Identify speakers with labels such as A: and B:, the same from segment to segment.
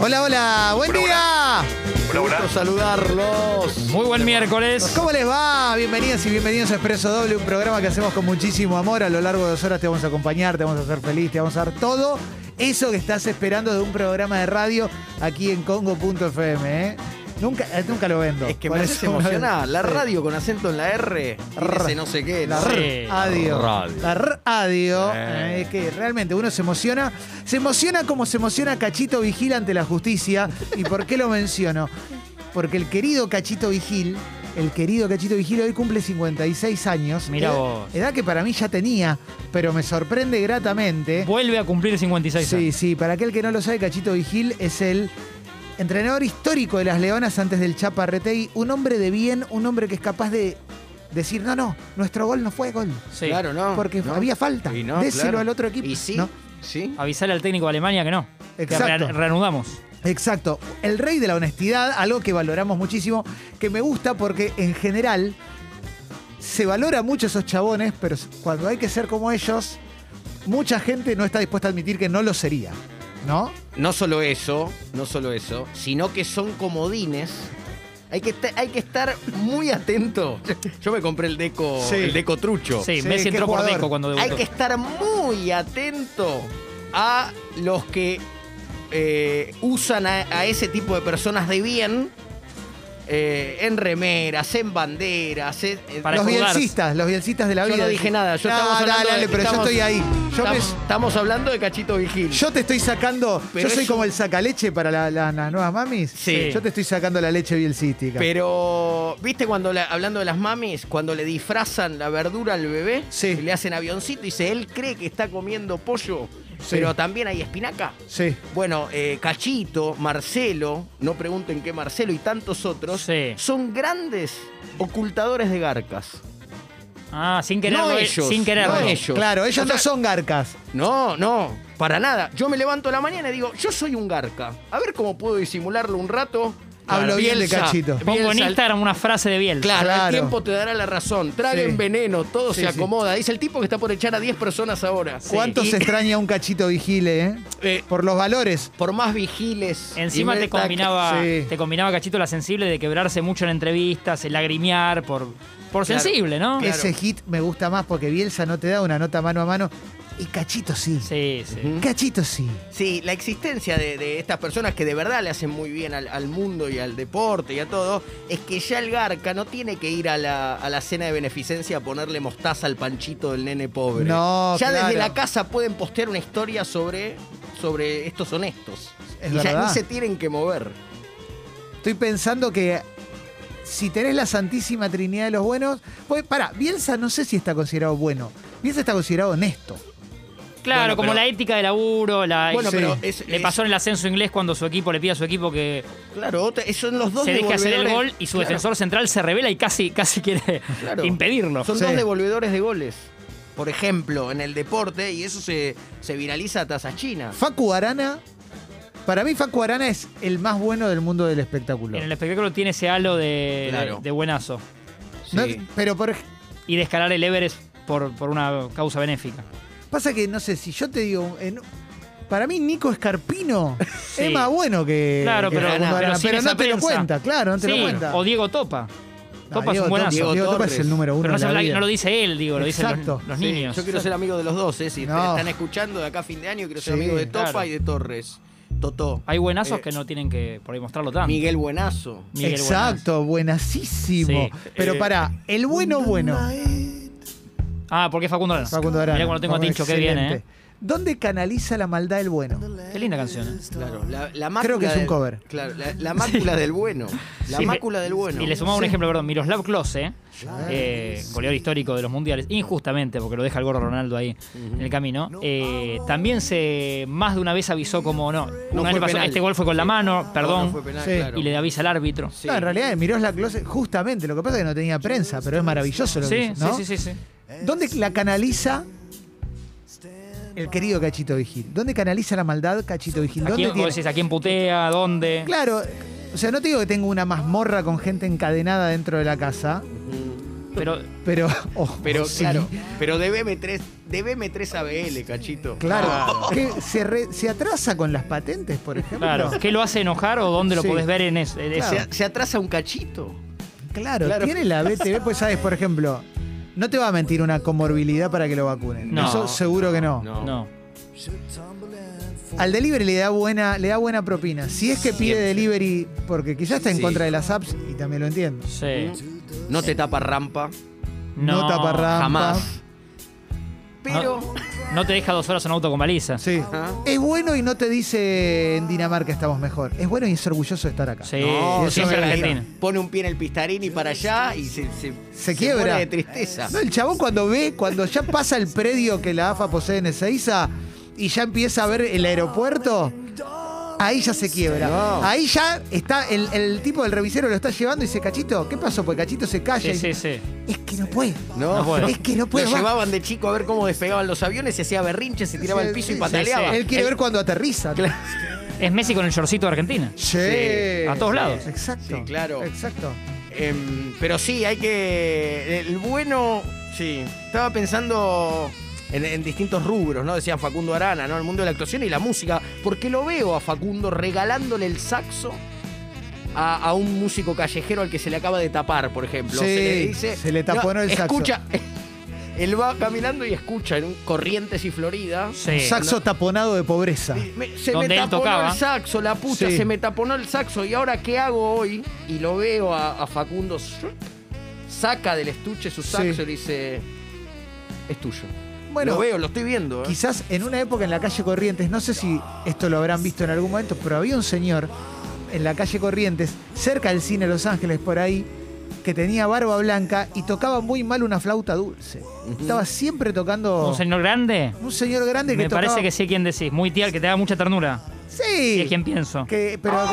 A: Hola, hola, buen
B: Hola,
A: día.
B: Hola, hola.
A: Gusto saludarlos.
C: Muy buen miércoles.
A: ¿Cómo les va? Bienvenidas y bienvenidos a Expreso Doble, un programa que hacemos con muchísimo amor. A lo largo de dos horas te vamos a acompañar, te vamos a hacer feliz, te vamos a dar todo eso que estás esperando de un programa de radio aquí en Congo.fm. ¿eh? Nunca, eh, nunca lo vendo.
D: Es que
A: Por
D: me haces
A: eso-
D: emocionar. La
A: Sí.
D: radio con acento en la R. tiene
A: R.
D: Ese no sé qué.
A: La
D: ¿no?
A: r-
C: Sí,
A: radio.
C: radio.
A: La r- radio.
C: Eh.
A: Eh, es que realmente uno se emociona. Se emociona como se emociona Cachito Vigil ante la justicia. ¿Y por qué lo menciono? Porque el querido Cachito Vigil, el querido Cachito Vigil hoy cumple 56 años.
C: Mirá
A: Edad-
C: vos.
A: Edad que para mí ya tenía, pero me sorprende gratamente.
C: Vuelve a cumplir 56
A: Sí,
C: años.
A: sí, para aquel que no lo sabe, Cachito Vigil es el entrenador histórico de las Leonas antes del Chaparretey, un hombre de bien, un hombre que es capaz de decir, no, no, nuestro gol no fue gol,
C: Sí.
D: Claro, ¿no?
A: porque
D: ¿No?
A: había falta,
D: Y no,
A: déselo
D: claro.
A: al otro equipo.
D: Y sí,
A: ¿no?
D: sí.
C: Avisale al técnico de Alemania que no. Que
A: Exacto.
C: re- reanudamos.
A: Exacto. El rey de la honestidad, algo que valoramos muchísimo, que me gusta porque en general se valora mucho esos chabones, pero cuando hay que ser como ellos, mucha gente no está dispuesta a admitir que no lo sería, ¿no?
D: No solo eso, no solo eso, sino que son comodines. Hay que, esta- hay que estar muy atento. Yo me compré el deco,
A: Sí.
D: el deco trucho.
C: Sí,
A: Sí,
C: Messi
A: qué
C: entró por
A: jugador.
C: Deco cuando debutó.
D: Hay que estar muy atento a los que eh, usan a, a ese tipo de personas de bien eh, en remeras, en banderas. eh, en- en-
C: Para
A: los
C: jugar.
A: bielcistas, los bielcistas de la
D: Yo
A: vida.
D: no dije nada, yo
A: No,
D: estamos
A: dale,
D: hablando de-
A: dale, pero
D: estamos-
A: yo estoy ahí. Yo, me-
D: Estamos, estamos hablando de Cachito Vigil.
A: yo te estoy sacando.
D: Pero
A: yo soy
D: eso-
A: como el sacaleche para la- la- las nuevas mamis.
D: Sí.
A: Yo te estoy sacando la leche bielcística.
D: Pero, ¿viste cuando, la- hablando de las mamis, cuando le disfrazan la verdura al bebé?
A: Sí.
D: Y le hacen avioncito y dice, él cree que está comiendo pollo,
A: Sí.
D: pero también hay espinaca.
A: Sí.
D: Bueno, eh, Cachito, Marcelo, no pregunten qué Marcelo y tantos otros,
C: Sí.
D: son grandes ocultadores de garcas.
C: Ah, sin quererlo.
D: No
C: eh,
D: ellos,
C: sin quererlo.
D: no ellos.
A: Claro, ellos
D: O sea-
A: no son garcas.
D: No, no, para nada. Yo me levanto a la mañana y digo, yo soy un garca. A ver cómo puedo disimularlo un rato.
A: Hablo bien de
D: Bielsa,
A: Cachito.
C: Te Pongo en
D: Bielsa,
C: Instagram una frase de Bielsa.
D: Claro,
A: Claro.
D: el tiempo te dará la razón. Traguen
A: Sí.
D: veneno, todo
A: Sí,
D: se
A: sí.
D: acomoda. Dice el tipo que está por echar a 10 personas ahora.
A: ¿Cuánto
D: Y,
A: se extraña un cachito vigile, eh?
D: eh,
A: Por los valores.
D: por más vigiles.
C: Encima
D: y
C: te
D: meta-
C: combinaba,
A: Sí.
C: te combinaba Cachito la sensible de quebrarse mucho en entrevistas, el lagrimear por, por sensible, ¿no?
D: Claro.
A: Ese hit me gusta más porque Bielsa no te da una nota mano a mano. Y cachito sí.
C: Sí, sí.
D: Ujú.
A: Cachito sí.
D: Sí, la existencia de, de estas personas que de verdad le hacen muy bien al, al mundo y al deporte y a todo, es que ya el garca no tiene que ir a la, a la cena de beneficencia a ponerle mostaza al panchito del nene pobre.
A: No,
D: Ya
A: claro.
D: desde la casa pueden postear una historia sobre, sobre estos honestos.
A: Es
D: y ya
A: verdad.
D: ni se tienen que mover.
A: Estoy pensando que si tenés la Santísima Trinidad de los Buenos. Pues, pará, Bielsa no sé si está considerado bueno. Bielsa está considerado honesto.
C: Claro,
D: Bueno,
C: como
D: pero-
C: la ética de laburo, la...
D: Bueno,
A: Sí.
D: pero es-
C: Le
D: es-
C: pasó en el ascenso inglés cuando su equipo le pide a su equipo que
D: Claro, otra- son los dos
C: se deje hacer el
D: devolvedores-
C: gol y su
D: Claro,
C: defensor central se revela y casi, casi quiere
D: claro.
C: impedirlo.
D: Son
A: Sí.
D: dos devolvedores de goles. Por ejemplo, en el deporte, y eso se, se viraliza a tasas chinas.
A: Facu Arana. Para mí, Facu Arana es el más bueno del mundo del espectáculo.
C: En el espectáculo tiene ese halo de,
D: Claro.
C: de buenazo.
A: No,
D: Sí.
A: Pero por ej-
C: Y de escalar el Everest por, por una causa benéfica.
A: pasa que, no sé, si yo te digo. en- para mí, Nico Escarpino
C: Sí.
A: es más bueno que.
C: Claro,
A: que
C: pero,
A: Facu
D: Arana.
C: pero
A: Arana,
C: sin esa
A: no te lo
C: prensa.
A: cuenta, claro, no te
C: Sí,
A: lo cuenta.
C: O Diego Topa.
A: No,
C: Topa es
A: Diego
C: un buenazo.
A: Topa- Diego,
D: Diego
A: Topa es
D: Torres.
A: el número uno.
C: pero
A: de
C: no, se
A: la
C: habla-
A: vida.
C: no lo dice él, digo, lo dicen
A: Exacto.
C: los, los
D: Sí,
C: niños.
D: Yo quiero ser amigo de los dos, ¿eh? Si
A: No.
D: ustedes están escuchando de acá a fin de año, quiero ser
A: Sí,
D: amigo de Topa
C: claro.
D: y de Torres. Totó.
C: Hay buenazos
D: Eh,
C: que no tienen que por ahí mostrarlo tanto.
D: Miguel Buenazo.
C: Miguel
A: Exacto, buenasísimo.
C: Sí.
A: Pero
D: Eh,
A: pará, el bueno, bueno.
C: Buenazo. Ah, porque es Facundo Arana.
A: Facundo Arana.
C: Mirá cómo lo tengo a
A: Facundo,
C: Tincho, qué bien, eh.
A: excelente. ¿Dónde canaliza la maldad del bueno?
C: Qué linda canción. eh.
D: Claro, la, la
A: Creo que
D: mácula
A: es un
D: del-
A: cover.
D: Claro, la, la mácula del bueno. La
C: Sí.
D: mácula del bueno.
C: Y le sumaba un ejemplo, perdón, Miroslav Klose, eh, goleador histórico de los mundiales, injustamente, porque lo deja el gordo Ronaldo ahí en el camino, eh, también se más de una vez avisó como no.
D: No
C: Una vez
D: fue
C: le pasó,
D: penal.
C: este gol fue con la mano,
D: No, no
C: perdón,
D: fue penal,
A: Sí.
D: claro.
C: y le avisa al árbitro.
D: Sí.
A: No, en realidad miró la closet justamente. Lo que pasa es que no tenía prensa, pero es maravilloso lo que
C: Sí,
A: hizo, ¿no?
C: sí, sí, sí, sí.
A: ¿Dónde la canaliza el querido Cachito Vigil? ¿Dónde canaliza la maldad Cachito Vigil?
C: ¿A
A: ¿Dónde
C: quién, vos
A: tiene-
C: decís, ¿A quién putea? ¿Dónde?
A: Claro, o sea, no te digo que tengo una mazmorra con gente encadenada dentro de la casa,
C: Pero
A: Pero, oh,
D: Pero
A: sí.
D: claro, pero debeme 3, debeme 3 ABL, cachito. Ah.
A: Claro, que se, re- se atrasa con las patentes, por ejemplo.
C: Ah. claro, ¿qué lo hace enojar o dónde lo
A: Sí.
C: podés ver en es- en ese?
D: Se, se atrasa un cachito.
A: Claro,
D: Claro.
A: tiene la BTV, pues sabes, por ejemplo, no te va a mentir una comorbilidad para que lo vacunen.
C: No.
A: Eso seguro que no.
C: No.
A: Al delivery le da buena, le da buena propina. Si es que pide delivery, porque quizás está en
D: Sí.
A: contra de las apps y también lo entiendo.
C: Sí.
D: No te tapa rampa.
A: No tapa rampa.
D: Jamás. Pero.
C: No, no te deja dos horas en auto con baliza. Sí.
A: Sí.
D: Ajá.
A: Es bueno y no te dice en Dinamarca estamos mejor. Es bueno y es orgulloso de estar acá.
D: No,
C: sí,
D: eso
C: es
D: me-
C: Argentina.
D: Pone un pie en el pistarín y para allá y se, se,
A: Se quiebra.
D: muere de tristeza.
A: No, el chabón cuando ve, cuando ya pasa el predio que la AFA posee en Ezeiza y ya empieza a ver el aeropuerto, ahí ya se quiebra.
D: No.
A: Ahí ya está el, el tipo del revisero lo está llevando y dice, Cachito, ¿qué pasó? Pues Cachito se calla y
C: Sí, sí,
A: dice,
C: sí.
A: es que no puede.
D: No.
C: No puede.
A: Es que no puede.
D: Lo
A: va".
D: llevaban de chico a ver cómo despegaban los aviones, se hacía berrinche, se tiraba
A: Sí,
D: al piso
A: sí,
D: y
A: sí,
D: pataleaba.
A: sí. Él quiere ver cuando aterriza.
D: Claro.
C: Es Messi con el shortcito de Argentina.
A: Sí.
C: a todos lados.
A: Exacto.
D: Sí, claro.
A: Exacto.
D: Em, pero sí, hay que. El bueno. Sí. Estaba pensando en, en distintos rubros, ¿no? Decía Facundo Arana, ¿no? El mundo de la actuación y la música. Porque lo veo a Facundo regalándole el saxo a, a un músico callejero al que se le acaba de tapar, por ejemplo.
A: Sí,
D: se le dice.
A: se le taponó el saxo".
D: escucha, Él va caminando y escucha en un Corrientes y Florida.
C: Sí.
A: Saxo taponado de pobreza.
D: Me- se
C: Donde
D: me
C: él
D: taponó
C: tocaba.
D: el saxo, la puta,
A: Sí.
D: se me taponó el saxo. ¿Y ahora qué hago hoy? Y lo veo a, a Facundo. shup, Saca del estuche su
A: Sí.
D: saxo y le dice. Es tuyo.
A: Bueno,
D: lo veo, lo estoy viendo. ¿eh?
A: Quizás en una época en la calle Corrientes, no sé si esto lo habrán visto en algún momento, pero había un señor en la calle Corrientes, cerca del cine Los Ángeles, por ahí, que tenía barba blanca y tocaba muy mal una flauta dulce. Estaba siempre tocando
C: Un señor grande.
A: un señor grande que
C: Me
A: tocaba.
C: parece que sé quién decís. Muy tía, el que te da mucha ternura. Sí,
A: sí.
C: es quien pienso.
A: que- pero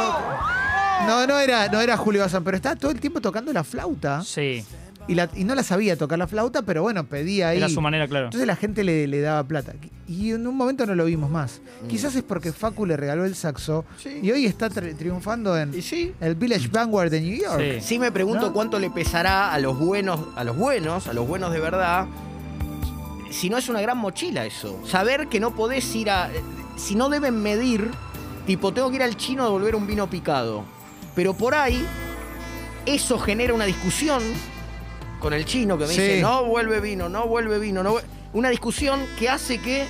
A: no, no era, no era Julio Bazán, pero estaba todo el tiempo tocando la flauta
C: Ah. Sí.
A: y, la- y no la sabía tocar la flauta, pero bueno, pedía ahí.
C: Era su manera, claro.
A: Entonces la gente le, le daba plata. Y en un momento no lo vimos más. Quizás es porque Facu le regaló el saxo
D: Mm. Sí.
A: y hoy está tri- triunfando
D: Y
A: en
D: sí.
A: el Village Vanguard de New York.
C: Sí.
D: Sí me pregunto
A: ¿No?
D: cuánto le pesará a los buenos, a los buenos, a los buenos de verdad. Si no es una gran mochila eso. Saber que no podés ir a. Si no deben medir, tipo, tengo que ir al chino a devolver un vino picado. Pero por ahí, eso genera una discusión con el chino que me
A: Sí.
D: dice, no vuelve vino, no vuelve vino, no vuel-". Una discusión que hace que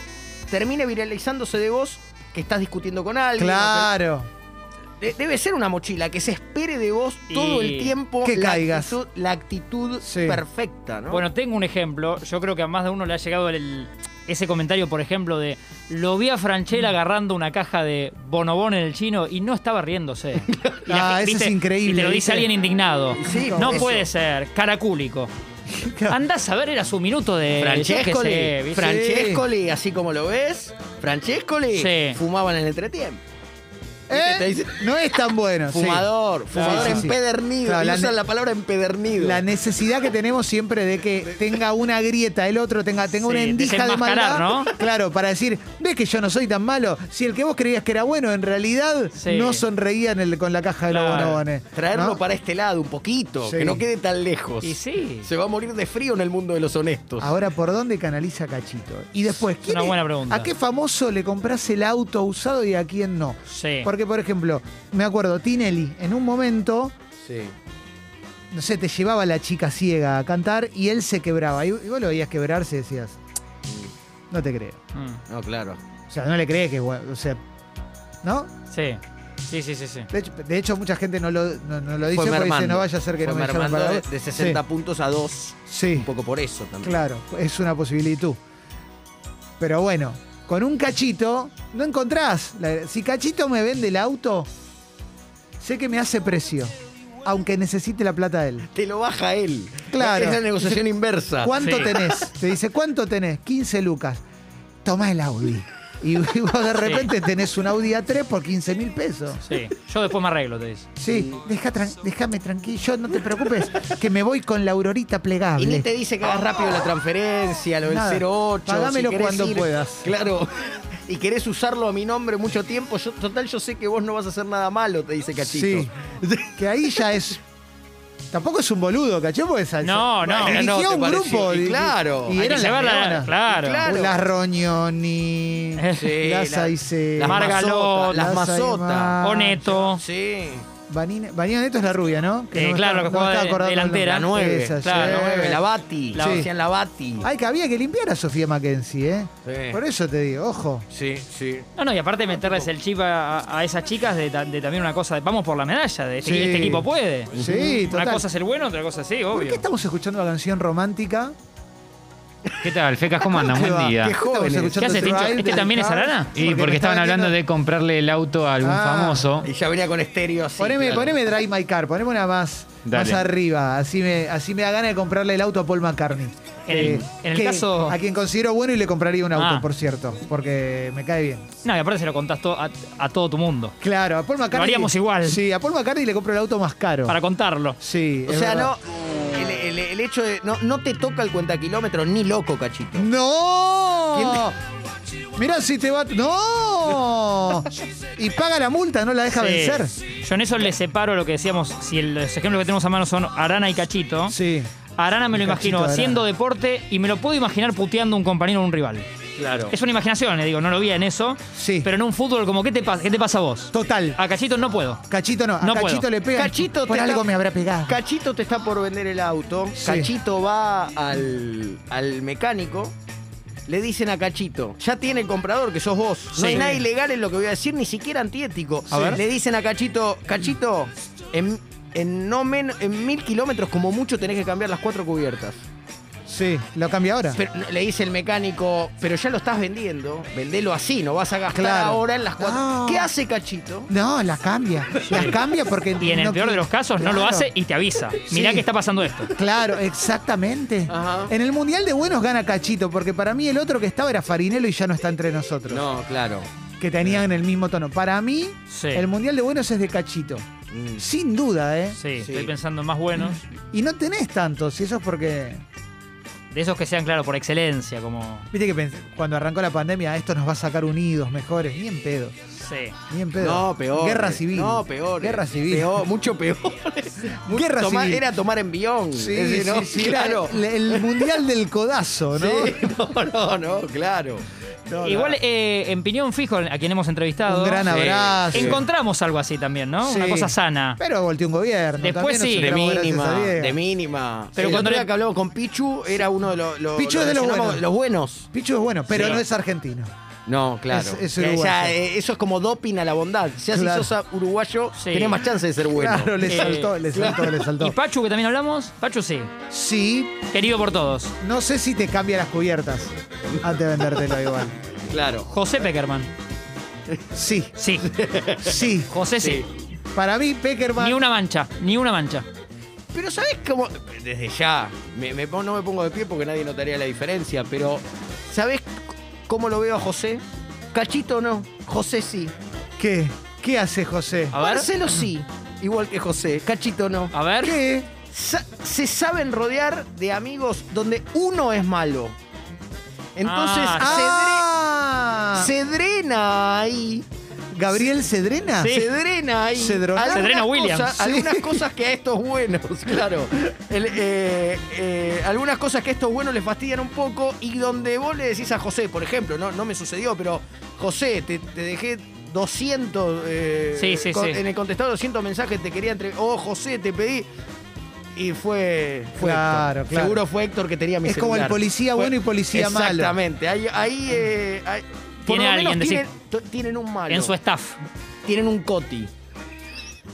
D: termine viralizándose de vos que estás discutiendo con alguien. o que-
A: Claro.
D: de- Debe ser una mochila que se espere de vos
C: Y
D: todo el tiempo
A: que
D: la
A: caigas.
D: actitud, la actitud
A: Sí.
D: perfecta, ¿no?
C: Bueno, tengo un ejemplo. Yo creo que a más de uno le ha llegado el- ese comentario, por ejemplo, de lo vi a Franchella agarrando una caja de bonobón en el chino y no estaba riéndose. Y
A: Ah,
C: la
A: eso
C: gente-
A: es
C: ¿viste?
A: increíble,
C: Y te lo dice
A: ¿viste?
C: alguien indignado.
D: Sí,
C: no
D: eso.
C: puede ser, caracúlico. Andás a ver, era su minuto de. yo qué sé,
D: Eh, Francescoli,
C: ¿viste?
D: Francescoli, así como lo ves, Francescoli
C: Sí.
D: fumaban en el entretiempo.
A: ¿Eh?
D: Te dice-
A: No es tan bueno. sí.
D: Fumador, fumador
A: sí, sí.
D: empedernido.
A: Claro,
D: y
A: la
D: usan
A: ne-
D: la palabra empedernido.
A: La necesidad que tenemos siempre de que tenga una grieta, el otro tenga, tenga una
C: Sí,
A: endija de maldad.
C: desenmascarar,
A: Claro, para decir, ves que yo no soy tan malo. Si el que vos creías que era bueno, en realidad
C: Sí.
A: no sonreía en el- con la caja de los
C: Claro.
A: bonobones.
D: Traerlo
A: ¿no?
D: para este lado un poquito,
A: Sí.
D: que no quede tan lejos.
C: Y sí.
D: Se va a morir de frío en el mundo de los honestos.
A: Ahora, ¿por dónde canaliza Cachito? Y después, ¿quién
C: una
A: es-
C: buena pregunta.
A: ¿a qué famoso le compras el auto usado y a quién no?
C: Sí.
A: Porque, por ejemplo, me acuerdo, Tinelli, en un momento,
D: Sí.
A: no sé, te llevaba la chica ciega a cantar y él se quebraba. Y, y vos lo veías quebrarse y decías, no te creo.
C: Mm,
D: No, claro.
A: O sea, no le crees que es bueno. O sea, ¿no?
C: sí. Sí, sí, sí, sí.
A: De hecho, de hecho, mucha gente no lo, no, no lo dice
D: Fue
A: porque dice,
D: mermando.
A: no vaya a ser que
D: Fue
A: no me llamen
D: mermando
A: para
D: de,
A: vos".
D: de 60
A: Sí,
D: puntos a 2.
A: sí.
D: Un poco por eso también.
A: Claro, es una posibilidad. Pero bueno, con un cachito no encontrás. la- si cachito me vende el auto, sé que me hace precio, aunque necesite la plata de él.
D: Te lo baja él.
A: Claro.
D: Es la negociación inversa.
A: ¿Cuánto
C: Sí.
A: tenés? Te dice, ¿cuánto tenés? 15 lucas. Tomá el Audi. Y vos de repente tenés un Audi A3 por 15 mil pesos.
C: Sí. Yo después me arreglo, te dice.
A: Sí, deja tran- déjame tranquilo, yo no te preocupes, que me voy con la aurorita
D: Y ni
A: plegable.
D: te dice que hagas rápido la transferencia, lo del
A: Nada.
D: 08.
A: Pagámelo
D: querés
A: cuando puedas.
D: Claro. Y querés usarlo a mi nombre mucho tiempo. Yo, total, yo sé que vos no vas a hacer nada malo, te dice Cachito.
A: Sí. Que ahí ya es Tampoco es un boludo, ¿cachó? Porque sal-
C: No, no.
A: dirigió
D: No, no, te
A: un
D: pareció.
A: grupo.
D: Y
A: di-
D: claro,
A: Y
C: Hay que
A: eran las
C: llevarla-
A: leonas.
C: claro.
D: Claro.
A: Las Roñoni,
D: Sí,
A: las
D: la-
A: Aise,
D: las
C: Margalot,
D: mazotas, las mazotas.
A: Aymar,
C: Oneto.
D: Sí.
A: Vanina, Vanina Neto es la rubia, ¿no? no
C: Eh,
A: me
C: claro,
A: está- no
C: que
A: me
C: juega
A: estaba
C: de-
A: acordando el nombre.
C: delantera.
D: La nueve,
A: Esa,
C: claro,
A: sí.
D: La nueve, la Bati. La
A: Sí.
D: hacían la Bati.
A: Ay, que había que limpiar a Sofía Mackenzie, ¿eh?
D: Sí.
A: Por eso te digo, ojo.
D: Sí, sí.
C: No, no, y aparte meterles el chip a, a- a esas chicas de, ta- de también una cosa de vamos por la medalla, de este,
A: Sí.
C: este equipo puede.
A: Sí,
C: Una
A: total.
C: cosa es el bueno, otra cosa sí,
A: ¿Por
C: obvio.
A: qué estamos escuchando la canción romántica?
B: ¿Qué tal, Fecas? ¿Cómo andan?
A: ¿Qué va?
B: Buen día.
A: ¿Qué estamos
D: jóvenes.
A: escuchando
C: ¿Qué hace,
A: Trial
C: Tincho? ¿Este
A: del
C: también es
A: Car?
C: Arana?
B: Y
A: me
B: porque estaban
A: estaba
B: hablando
A: yendo-
B: de comprarle el auto a algún
A: Ah.
B: famoso.
D: Y ya venía con estéreo así.
A: Poneme,
D: claro.
A: poneme Drive My Car, poneme una más,
B: Dale.
A: más arriba. Así me, así me da ganas de comprarle el auto a Paul McCartney.
C: En el- en el
A: que-
C: caso-
A: A quien considero bueno y le compraría un auto,
C: Ah.
A: por cierto, porque me cae bien.
C: No, y aparte se lo contás to- a, a todo tu mundo.
A: Claro, a Paul McCartney.
C: haríamos igual.
A: Sí, a Paul McCartney le compro el auto más caro.
C: Para contarlo.
A: Sí.
D: O
A: es
D: sea,
A: verdad.
D: no. El, el- el hecho de. No, no te toca el cuenta kilómetros ni loco, cachito.
A: ¡No! Mirá si te va. ¡No! Y paga la multa, no la deja
C: Sí.
A: vencer.
C: Yo en eso le separo lo que decíamos, si el- los ejemplos que tenemos a mano son Arana y Cachito.
A: Sí.
C: Arana me lo
A: Y Cachito
C: imagino
A: Arana.
C: haciendo deporte y me lo puedo imaginar puteando a un compañero o un rival.
D: Claro.
C: Es una imaginación, le digo, no lo vi en eso.
A: Sí.
C: Pero en un fútbol como, ¿qué te, pasa- qué te pasa a vos?
A: Total.
C: A Cachito no puedo.
A: Cachito no. A
C: Ah. No
A: Cachito
C: puedo.
A: le pega.
D: Cachito te
A: Por
D: está-
A: algo me habrá pegado.
D: Cachito te está por vender el auto.
A: Sí.
D: Cachito va al, al mecánico. Le dicen a Cachito, ya tiene el comprador, que sos vos. No
C: Sí.
D: hay nada ilegal en lo que voy a decir, ni siquiera antiético.
C: A ver.
D: Le dicen a Cachito, Cachito, en, en no men- en mil kilómetros como mucho tenés que cambiar las cuatro cubiertas.
A: Sí. Lo cambia ahora.
D: Pero, le dice el mecánico, pero ya lo estás vendiendo, vendelo así, no vas a gastar
A: Claro.
D: ahora en las cuatro.
A: No.
D: ¿Qué hace Cachito?
A: No, las cambia. Las cambia porque.
C: Y en el
A: no
C: peor de
A: quiere-
C: los casos no lo
A: Claro.
C: hace y te avisa. Mirá
A: Sí.
C: que está pasando esto.
A: Claro, exactamente.
D: Ajá.
A: En el Mundial de Buenos gana Cachito, porque para mí el otro que estaba era Farinelo y ya no está entre nosotros.
D: No, claro.
A: Que tenían el mismo tono. Para mí,
C: Sí.
A: el Mundial de Buenos es de Cachito. Sin duda, ¿eh?
C: Sí,
D: Sí.
C: estoy pensando en más buenos.
A: Y no tenés tantos, y eso es porque.
C: De esos que sean, claro, por excelencia, como.
A: Viste que pens- cuando arrancó la pandemia, esto nos va a sacar unidos, mejores. Ni en pedo.
C: Sí.
A: Ni en pedo.
D: No, peor.
A: Guerra civil.
D: No, peor.
A: Guerra civil.
D: Peor, mucho peor.
A: Guerra
D: Tomar-
A: civil.
D: Era tomar envión.
A: Sí,
D: Es decir, ¿no?
A: sí, sí, era
D: claro.
A: el, el mundial del codazo, ¿no?
D: Sí, no, no, no, claro.
A: No,
C: Igual,
A: no.
C: eh, en Piñón Fijo, a quien hemos entrevistado.
A: Un gran abrazo.
C: Encontramos algo así también, ¿no? Una
A: Sí.
C: cosa sana.
A: Pero volteó un gobierno. también
C: Después
A: nos
C: sí.
D: De
A: enteramos gracias
D: mínima,
A: a Diego.
D: de mínima.
C: Pero
D: Pero
C: cuando
D: cuando
C: le-
D: que hablamos con Pichu, era uno de los... los-
A: Pichu es de los
D: mencionamos,
A: buenos.
D: Los buenos.
A: Pichu es bueno, pero
C: Sí.
A: no es argentino.
D: No, claro.
A: Es- es
D: O sea,
A: uruguayo.
D: eh, eso es como doping a la bondad. Si así
A: Claro.
D: sos uruguayo,
C: Sí.
D: tenés más chance de ser bueno.
A: Claro, le
C: Eh,
A: saltó, le saltó, le
C: Y
A: saltó.
C: Pachu, que también hablamos. Pachu sí.
A: Sí,
C: Querido por todos.
A: no sé si te cambia las cubiertas antes de vendértelo igual.
D: Claro.
C: José Peckerman.
A: Sí,
C: Sí.
A: sí.
C: José sí.
A: Para mí, Peckerman.
C: Ni una mancha. Ni una mancha.
D: Pero ¿sabés cómo? Desde ya, me- me pon- no me pongo de pie porque nadie notaría la diferencia, pero ¿sabés c- cómo lo veo a José? Cachito no, José sí.
A: ¿Qué? ¿Qué hace José?
C: A ver. Ah.
D: Marcelo sí, igual que José, Cachito no.
C: A ver.
A: ¿Qué?
D: Sa- se saben rodear de amigos donde uno es malo. Entonces
C: Ah,
A: ¡Ah!
D: se, dre- se drena ahí.
A: ¿Gabriel Sedrena?
C: Sí.
D: Se drena ahí.
A: Ah. Se drona.
D: algunas
C: Se drena Williams.
D: cosas-
A: Sí.
D: Algunas cosas que a estos buenos, claro. El, eh, eh, algunas cosas que a estos buenos les fastidian un poco y donde vos le decís a José, por ejemplo, no, no me sucedió, pero José, te, te dejé 200 eh,
C: Sí, sí, sí.
D: en el contestador 200 mensajes, te quería entre... Oh, José, te pedí... Y fue, fue
A: Claro,
D: Héctor.
A: claro.
D: Seguro fue Héctor que tenía mi
A: Es como el
D: celular.
A: policía
D: Fue-
A: bueno y policía malo.
D: Exactamente. Ahí, ahí, eh, ahí- por
C: Tiene
D: lo
C: alguien,
D: menos
C: decís.
D: tienen, t- tienen un malo.
C: En su staff.
D: tienen un coti.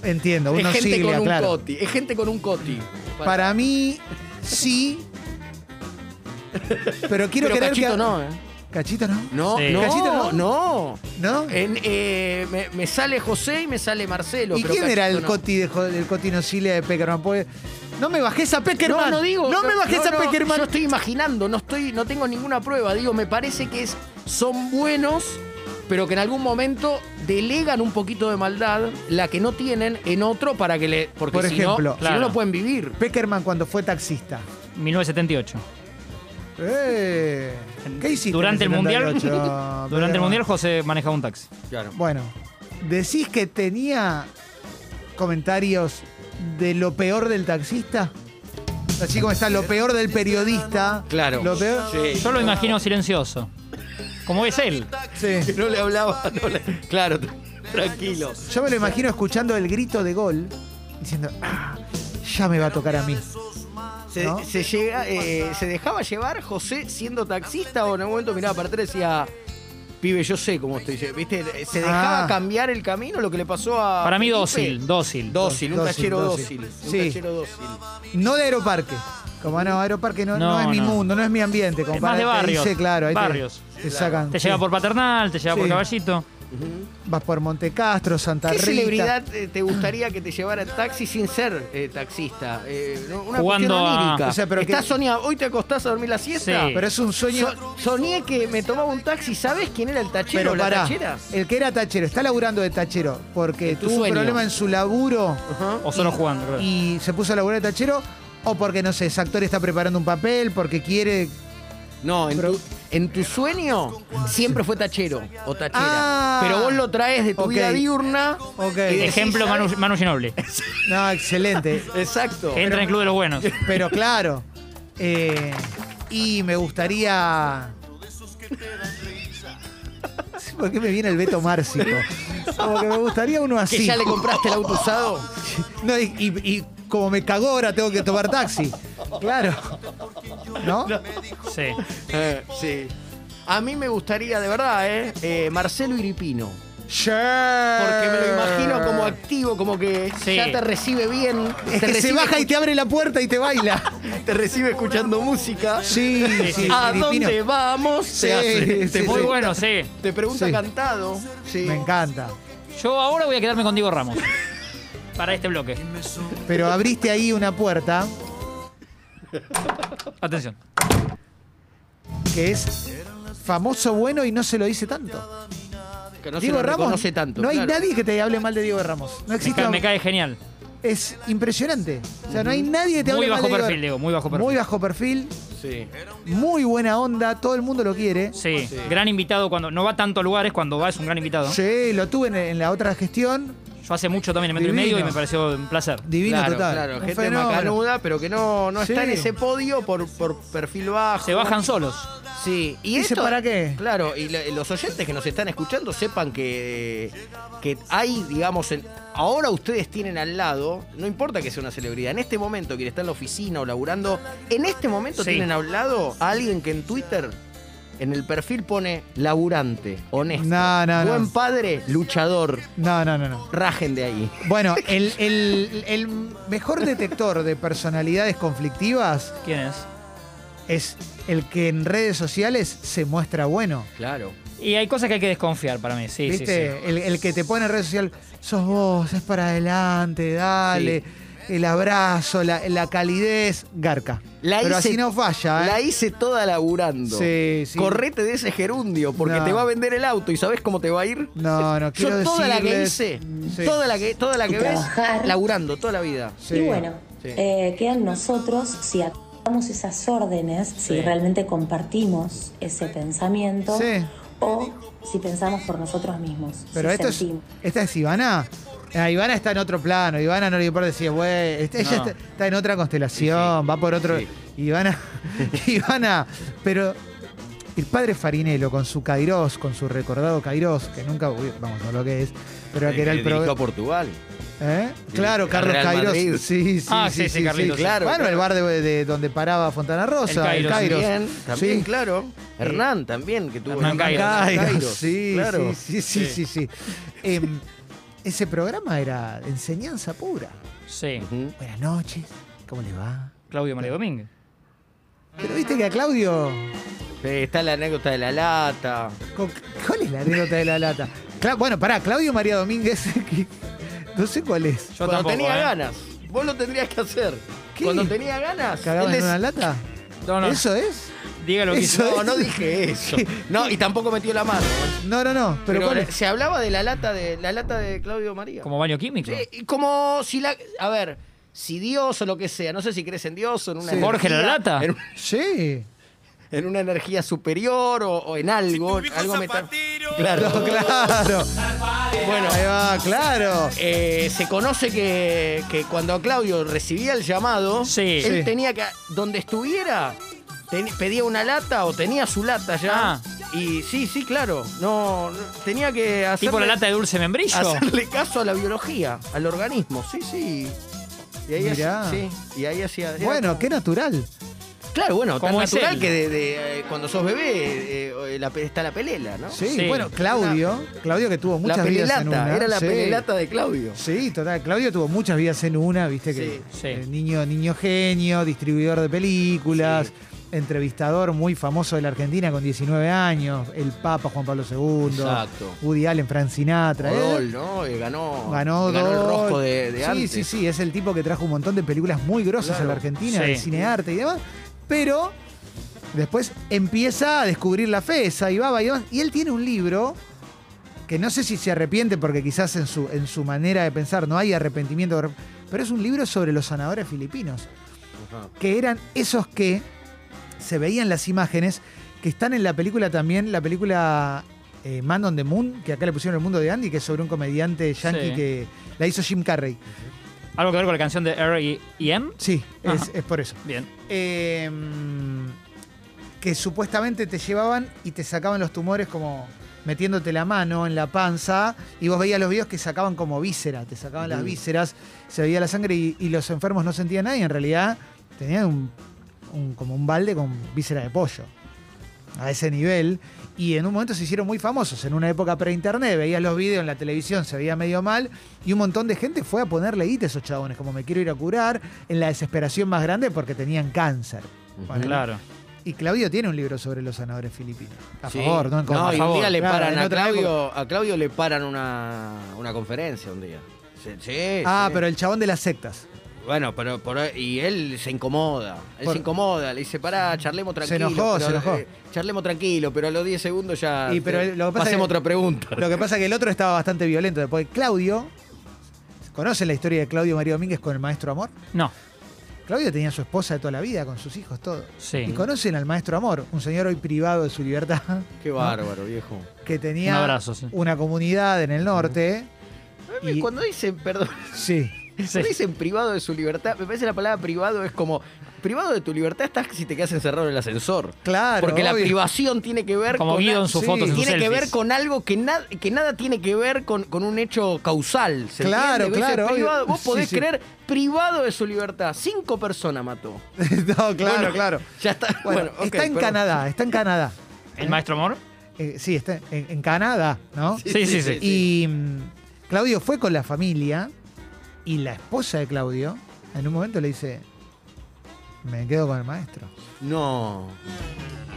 A: Entiendo, uno
D: es gente
A: sigla,
D: con un
A: claro.
D: coti. Es gente con un coti.
A: Para mí, sí. Pero quiero
D: Pero
A: creer
D: Cachito
A: que.
D: no, ¿eh?
A: ¿Cachito no?
D: No,
C: Sí.
D: no,
A: Cachito no.
D: no.
A: ¿No?
D: En, eh, me, me sale José y me sale Marcelo.
A: ¿Y
D: pero
A: quién era
D: Cachito
A: el
D: no.
A: Coti de, jo- el Coti Nocilia de Peckerman? Pues, no me bajes a Peckerman.
D: No, no digo.
A: No me bajes
D: no,
A: a
D: no,
A: Peckerman.
D: Yo estoy imaginando, no, estoy, no tengo ninguna prueba. Digo, me parece que es, son buenos, pero que en algún momento delegan un poquito de maldad, la que no tienen, en otro para que le. Porque
A: Por
D: si
A: ejemplo,
D: no, si
C: claro.
D: no lo pueden vivir.
A: Peckerman cuando fue taxista.
C: 1978.
A: Eh, ¿Qué hiciste?
C: Durante
A: en
C: el Mundial-
A: 78,
C: Durante el
A: Peckerman?
C: Mundial José manejaba un taxi.
D: Claro.
A: Bueno, decís que tenía comentarios de lo peor del taxista? Así como está lo peor del periodista.
D: Claro.
A: Lo peor.
D: Sí.
C: Yo lo imagino silencioso. Como es él.
A: Sí.
D: No le hablaba, no le- Claro, tra- tranquilo.
A: Yo me lo imagino escuchando el grito de gol, diciendo, "Ah, ya me va a tocar a mí.
D: Se,
A: ¿No?
D: se llega, eh, se dejaba llevar José siendo taxista o en algún momento miraba para atrás y decía, pibe, yo sé cómo estoy. lle-". ¿Viste? Se dejaba
A: Ah.
D: cambiar el camino, lo que le pasó a.
C: Para mí
D: Felipe.
C: dócil, dócil.
D: Dócil, un
A: Dócil,
D: tachero
A: dócil.
D: dócil. Un
A: Sí.
D: tachero dócil.
A: No de aeroparque. Como "Ah, no, aeroparque no, no
C: No,
A: es mi
C: no.
A: mundo, no es mi ambiente. compadre.
C: más de
A: Te
C: barrios,
A: dice, claro, ahí te-
C: barrios.
A: Te, sacan.
C: Te
A: sí.
C: lleva por paternal, te lleva
A: Sí.
C: por caballito.
A: Vas por Montecastro, Santa
D: ¿Qué
A: Rita.
D: celebridad eh, te gustaría que te llevara en taxi sin ser eh, taxista? Eh, no, una
C: Jugando
D: cuestión
C: a-
D: onírica.
A: O sea, pero
D: Estás
A: que-
D: soñado, hoy te acostás a dormir la siesta.
C: Sí.
A: Pero es un sueño.
D: So- soñé que me tomaba un taxi. ¿Sabes quién era el tachero
A: pero
D: o la
A: pará.
D: tachera?
A: El que era tachero, está laburando de tachero porque
D: Es tu
A: tuvo un
D: sueño.
A: problema en su laburo
D: Ajá.
C: O solo jugando, creo.
A: y se puso a laburar de tachero. O porque, no sé, ese actor está preparando un papel, porque quiere.
D: No, en,
A: Pero-
D: tu, en tu sueño siempre fue tachero o tachera.
A: Ah.
D: pero vos lo traes de tu
A: Ok.
D: vida diurna.
A: Ok.
D: y decís,
C: Ejemplo,
D: ¿sabes?
C: Manu, Manu Ginobili. Que
A: No, excelente.
D: Exacto.
C: entra en el Club de los Buenos.
A: Pero claro. eh, y me gustaría. ¿Por qué me viene el Beto Márcico? Como que me gustaría uno
D: Que
A: así.
D: ya le compraste el auto usado.
A: No, y, y- y como me cagó ahora tengo que tomar taxi. Claro. ¿No?
C: Sí.
D: Eh, sí. A mí me gustaría, de verdad, eh, eh, Marcelo Iripino.
A: Sure.
D: Porque me lo imagino como activo, como que
C: Sí.
D: ya te recibe bien.
A: Es que
D: te
A: se
D: recibe
A: baja y te abre la puerta y te baila.
D: escu- te recibe escuchando música.
A: Sí, sí.
D: ¿A
A: Filipino.
D: dónde vamos?
A: Sí,
D: te,
A: sí,
D: te
A: sí.
C: Muy
D: pregunta-
C: bueno, sí.
D: te pregunta
A: Sí.
D: cantado. Sí.
A: Me encanta.
C: Yo ahora voy a quedarme con Diego Ramos. Para este bloque.
A: Pero abriste ahí una puerta
C: Atención.
A: que es famoso bueno y no se lo dice tanto.
D: Que no se
A: Diego
D: lo
A: Ramos.
D: reconoce tanto.
A: no hay
D: claro.
A: nadie que te hable mal de Diego Ramos. No
C: Me,
A: existe.
C: ca- me cae genial.
A: Es impresionante. O sea, no hay nadie que te
C: Muy
A: hable
C: bajo
A: mal de
C: perfil, Diego. Muy bajo perfil.
A: Muy bajo perfil,
D: Sí.
A: muy buena onda, todo el mundo lo quiere.
C: Sí. Gran invitado cuando. No va tanto a lugares, cuando va es un gran invitado.
A: Sí, lo tuve en, en la otra gestión.
C: Yo hace mucho también en Metro y
A: Divino.
C: Medio y me pareció un placer.
A: Divino
D: claro,
A: total.
D: claro,
A: Un
D: gente
A: fenómeno.
D: macanuda, pero que no, no está
A: Sí.
D: en ese podio por, por perfil bajo.
C: Se bajan solos.
D: Sí. ¿Y
A: ¿Dice
D: esto,
A: para qué?
D: Claro, y la- los oyentes que nos están escuchando sepan que, que hay, digamos, en- ahora ustedes tienen al lado, no importa que sea una celebridad, en este momento quien está en la oficina o laburando, en este momento
C: Sí.
D: tienen al lado a alguien que en Twitter, en el perfil pone laburante, honesto,
A: No, no, no.
D: buen padre, luchador,
A: No, no, no, no.
D: rajen de ahí.
A: Bueno, el, el- el mejor detector de personalidades conflictivas
C: ¿Quién es?
A: es el que en redes sociales se muestra bueno.
D: Claro.
C: Y hay cosas que hay que desconfiar para mí. Sí, sí,
A: ¿Viste?
C: sí.
A: El, el que te pone en redes sociales, sos vos, es para adelante, dale. El abrazo, la, la calidez, garca.
D: La
A: Pero
D: hice-
A: así no falla, ¿eh?
D: La hice toda laburando.
A: Sí, sí.
D: Correte de ese gerundio, porque
A: No.
D: te va a vender el auto y ¿sabés cómo te va a ir?
A: No, no,
D: Yo
A: quiero
D: toda la que
A: decirles-
D: hice,
A: Sí.
D: toda la que, toda la que ves,
E: trabajar.
D: laburando toda la vida.
A: Sí.
E: Y bueno,
D: Sí.
E: eh, quedan nosotros si acatamos esas órdenes, si realmente compartimos ese pensamiento
A: Sí.
E: o si pensamos por nosotros mismos.
A: Pero
E: si
A: esto es,
E: sentimos.
A: esta es Ivana. Ah, Ivana está en otro plano. Ivana no le importa decir, güey, este- ella
C: No.
A: está, está en otra constelación, va por otro.
D: Sí.
A: Ivana, Ivana, pero el padre Farinello con su Kairos, con su recordado Kairos, que nunca, uy, vamos, no lo que es, pero que era el
D: dirigió a
A: pro.
D: Portugal.
A: ¿Eh? Claro,
D: el
A: Carlos
D: Real
A: Kairos.
D: Madrid.
A: Sí, sí,
C: Ah, sí, sí, Carlitos, sí.
A: Claro,
D: Claro,
A: bueno,
D: claro.
A: el bar de, de donde paraba Fontana Rosa, el
C: El
A: Kairos.
C: Kairos
D: También, también,
A: Sí.
D: claro. Hernán también, que tuvo
C: Hernán Kairos.
A: Kairos,
D: Kairos,
A: sí,
D: claro.
A: sí, sí, sí, sí, sí. Em, ese programa era enseñanza pura.
C: Sí.
D: Ujú.
A: Buenas noches, ¿cómo le va?
C: Claudio María Domínguez.
A: Pero viste que a Claudio,
D: Sí, Está la anécdota de la lata.
A: con- ¿cuál es la anécdota de la lata? Cla- bueno, pará, Claudio María Domínguez, que- no sé cuál es.
C: Yo
D: Cuando
C: tampoco,
D: tenía
C: ¿eh?
D: ganas. Vos lo tendrías que hacer.
A: ¿Qué?
D: Cuando tenía ganas.
A: ¿Cagaba
D: él
A: en
D: des-
A: una lata?
C: No, no.
A: ¿Eso es?
C: Diga lo que
A: Eso
C: hizo.
D: No, no dije eso. No, y tampoco metió la mano.
A: No, no, no, pero,
D: Pero,
A: ¿cuál es?
D: se hablaba de la lata de la lata de Claudio María.
C: Como baño químico.
D: Sí, y como si la. A ver, si Dios o lo que sea, no sé si crees en Dios o en una.
A: Sí.
D: energía-
C: Jorge la lata.
D: En,
A: Sí.
D: en una energía superior o, o en algo. algo meta- Claro.
A: No, claro.
D: Bueno,
A: Ahí va, claro.
D: eh, se conoce que, que cuando Claudio recibía el llamado,
C: Sí.
D: él
A: Sí.
D: tenía que, donde estuviera, ten- pedía una lata o tenía su lata ya.
C: Ah.
D: Y sí, sí, claro. No, no, tenía que hacer.
C: Tipo la lata de dulce membrillo.
D: hacerle caso a la biología, al organismo. Sí, sí. Y ahí,
A: Mirá.
D: hacía, sí, y ahí hacía. era
A: Bueno, qué natural.
D: como- claro, bueno, tan
C: como es
D: natural
C: él.
D: que de- de, eh, cuando sos bebé eh, eh, la pe- está la pelela, ¿no?
A: Sí,
C: Sí.
A: bueno, Claudio, Claudio que tuvo muchas
D: la
A: vidas en
D: pelelata,
A: una.
D: era la
A: sí.
D: pelelata de Claudio.
A: Sí, total. Claudio tuvo muchas vidas en una, viste que
D: Sí,
C: sí.
A: eh, niño, niño genio, distribuidor de películas, entrevistador muy famoso de la Argentina con 19 años, el Papa Juan Pablo II,
D: Exacto.
A: Woody Allen, Frank Sinatra. eh,
D: Odol, ¿no? Eh, ganó,
A: Ganó,
D: el
A: dos.
D: rosco de, de
A: sí,
D: antes.
A: Sí, sí, es el tipo que trajo un montón de películas muy grosas a la Argentina,
C: Sí.
A: de cine arte y demás. Pero después empieza a descubrir la fe, esa y va, y demás. Y él tiene un libro que no sé si se arrepiente porque quizás en su, en su manera de pensar no hay arrepentimiento, pero es un libro sobre los sanadores filipinos, que eran esos que se veían las imágenes, que están en la película también, la película eh, Man on the Moon, que acá le pusieron el mundo de Andy, que es sobre un comediante yankee
C: Sí.
A: que la hizo Jim Carrey.
C: Algo que ver con la canción de R y, y M.
A: Sí, es,
C: Ajá.
A: es por eso.
C: Bien.
A: Eh, que supuestamente te llevaban y te sacaban los tumores como metiéndote la mano en la panza y vos veías los videos que sacaban como vísceras, te sacaban las vísceras, se veía la sangre y, y los enfermos no sentían nada y en realidad tenían un, un- como un balde con víscera de pollo a ese nivel y en un momento se hicieron muy famosos en una época pre-internet, veías los videos en la televisión, se veía medio mal y un montón de gente fue a ponerle guita a esos chabones, como me quiero ir a curar, en la desesperación más grande porque tenían cáncer. Ponele.
C: Claro.
A: Y Claudio tiene un libro sobre los sanadores filipinos. A
D: Sí.
A: favor, no en contra.
D: y
A: A
D: un
A: favor,
D: día le
A: claro,
D: paran
A: en
D: a
A: otra época.
D: Claudio, a Claudio le paran una, una conferencia un día. Sí, sí,
A: Ah,
D: sí.
A: pero el chabón de las sectas.
D: Bueno, pero por- y él se incomoda. Él
A: Por-
D: se incomoda, le dice, pará, charlemos
A: Se
D: tranquilo.
A: enojó,
D: pero,
A: se enojó.
D: eh, charlemos tranquilo, pero a los 10 segundos ya
A: Y, pero
D: eh,
A: lo que pasa
D: pasemos
A: es que-
D: otra pregunta.
A: Lo que pasa es que el otro estaba bastante violento. Después Claudio, ¿conocen la historia de Claudio María Domínguez con el maestro Amor?
C: No.
A: Claudio tenía a su esposa de toda la vida, con sus hijos, todo.
C: Sí.
A: Y conocen al maestro Amor, un señor hoy privado de su libertad,
D: Qué bárbaro, viejo.
A: que
C: Un
A: tenía
C: abrazo, sí.
A: una comunidad en el norte. Y-
D: Cuando dicen, perdón,
A: Sí.
C: Sí.
D: cuando dicen privado de su libertad, me parece la palabra privado es como, privado de tu libertad estás si te quedas encerrado en el ascensor.
A: Claro.
D: Porque la
A: obvio.
D: privación tiene que ver
C: Como
D: con.
C: Guido en sus
A: sí,
C: fotos, en sus
D: Tiene que ver
C: selfies.
D: con algo que, na- que nada tiene que ver con, con un hecho causal. ¿se
A: Claro,
D: entiende? Dice,
A: claro, obvio.
D: privado- vos
A: Sí,
D: podés
A: sí.
D: creer privado de su libertad. Cinco personas mató.
A: no, claro,
D: Bueno,
A: claro.
D: Ya está.
A: Bueno,
D: Bueno, ok,
A: está en
D: perdón.
A: Canadá, está en Canadá.
C: ¿El maestro amor?
A: Eh, sí, está en, en Canadá, ¿no?
C: Sí, sí, sí.
A: Y mm, Claudio fue con la familia y la esposa de Claudio en un momento le dice, me quedo con el maestro.
D: No.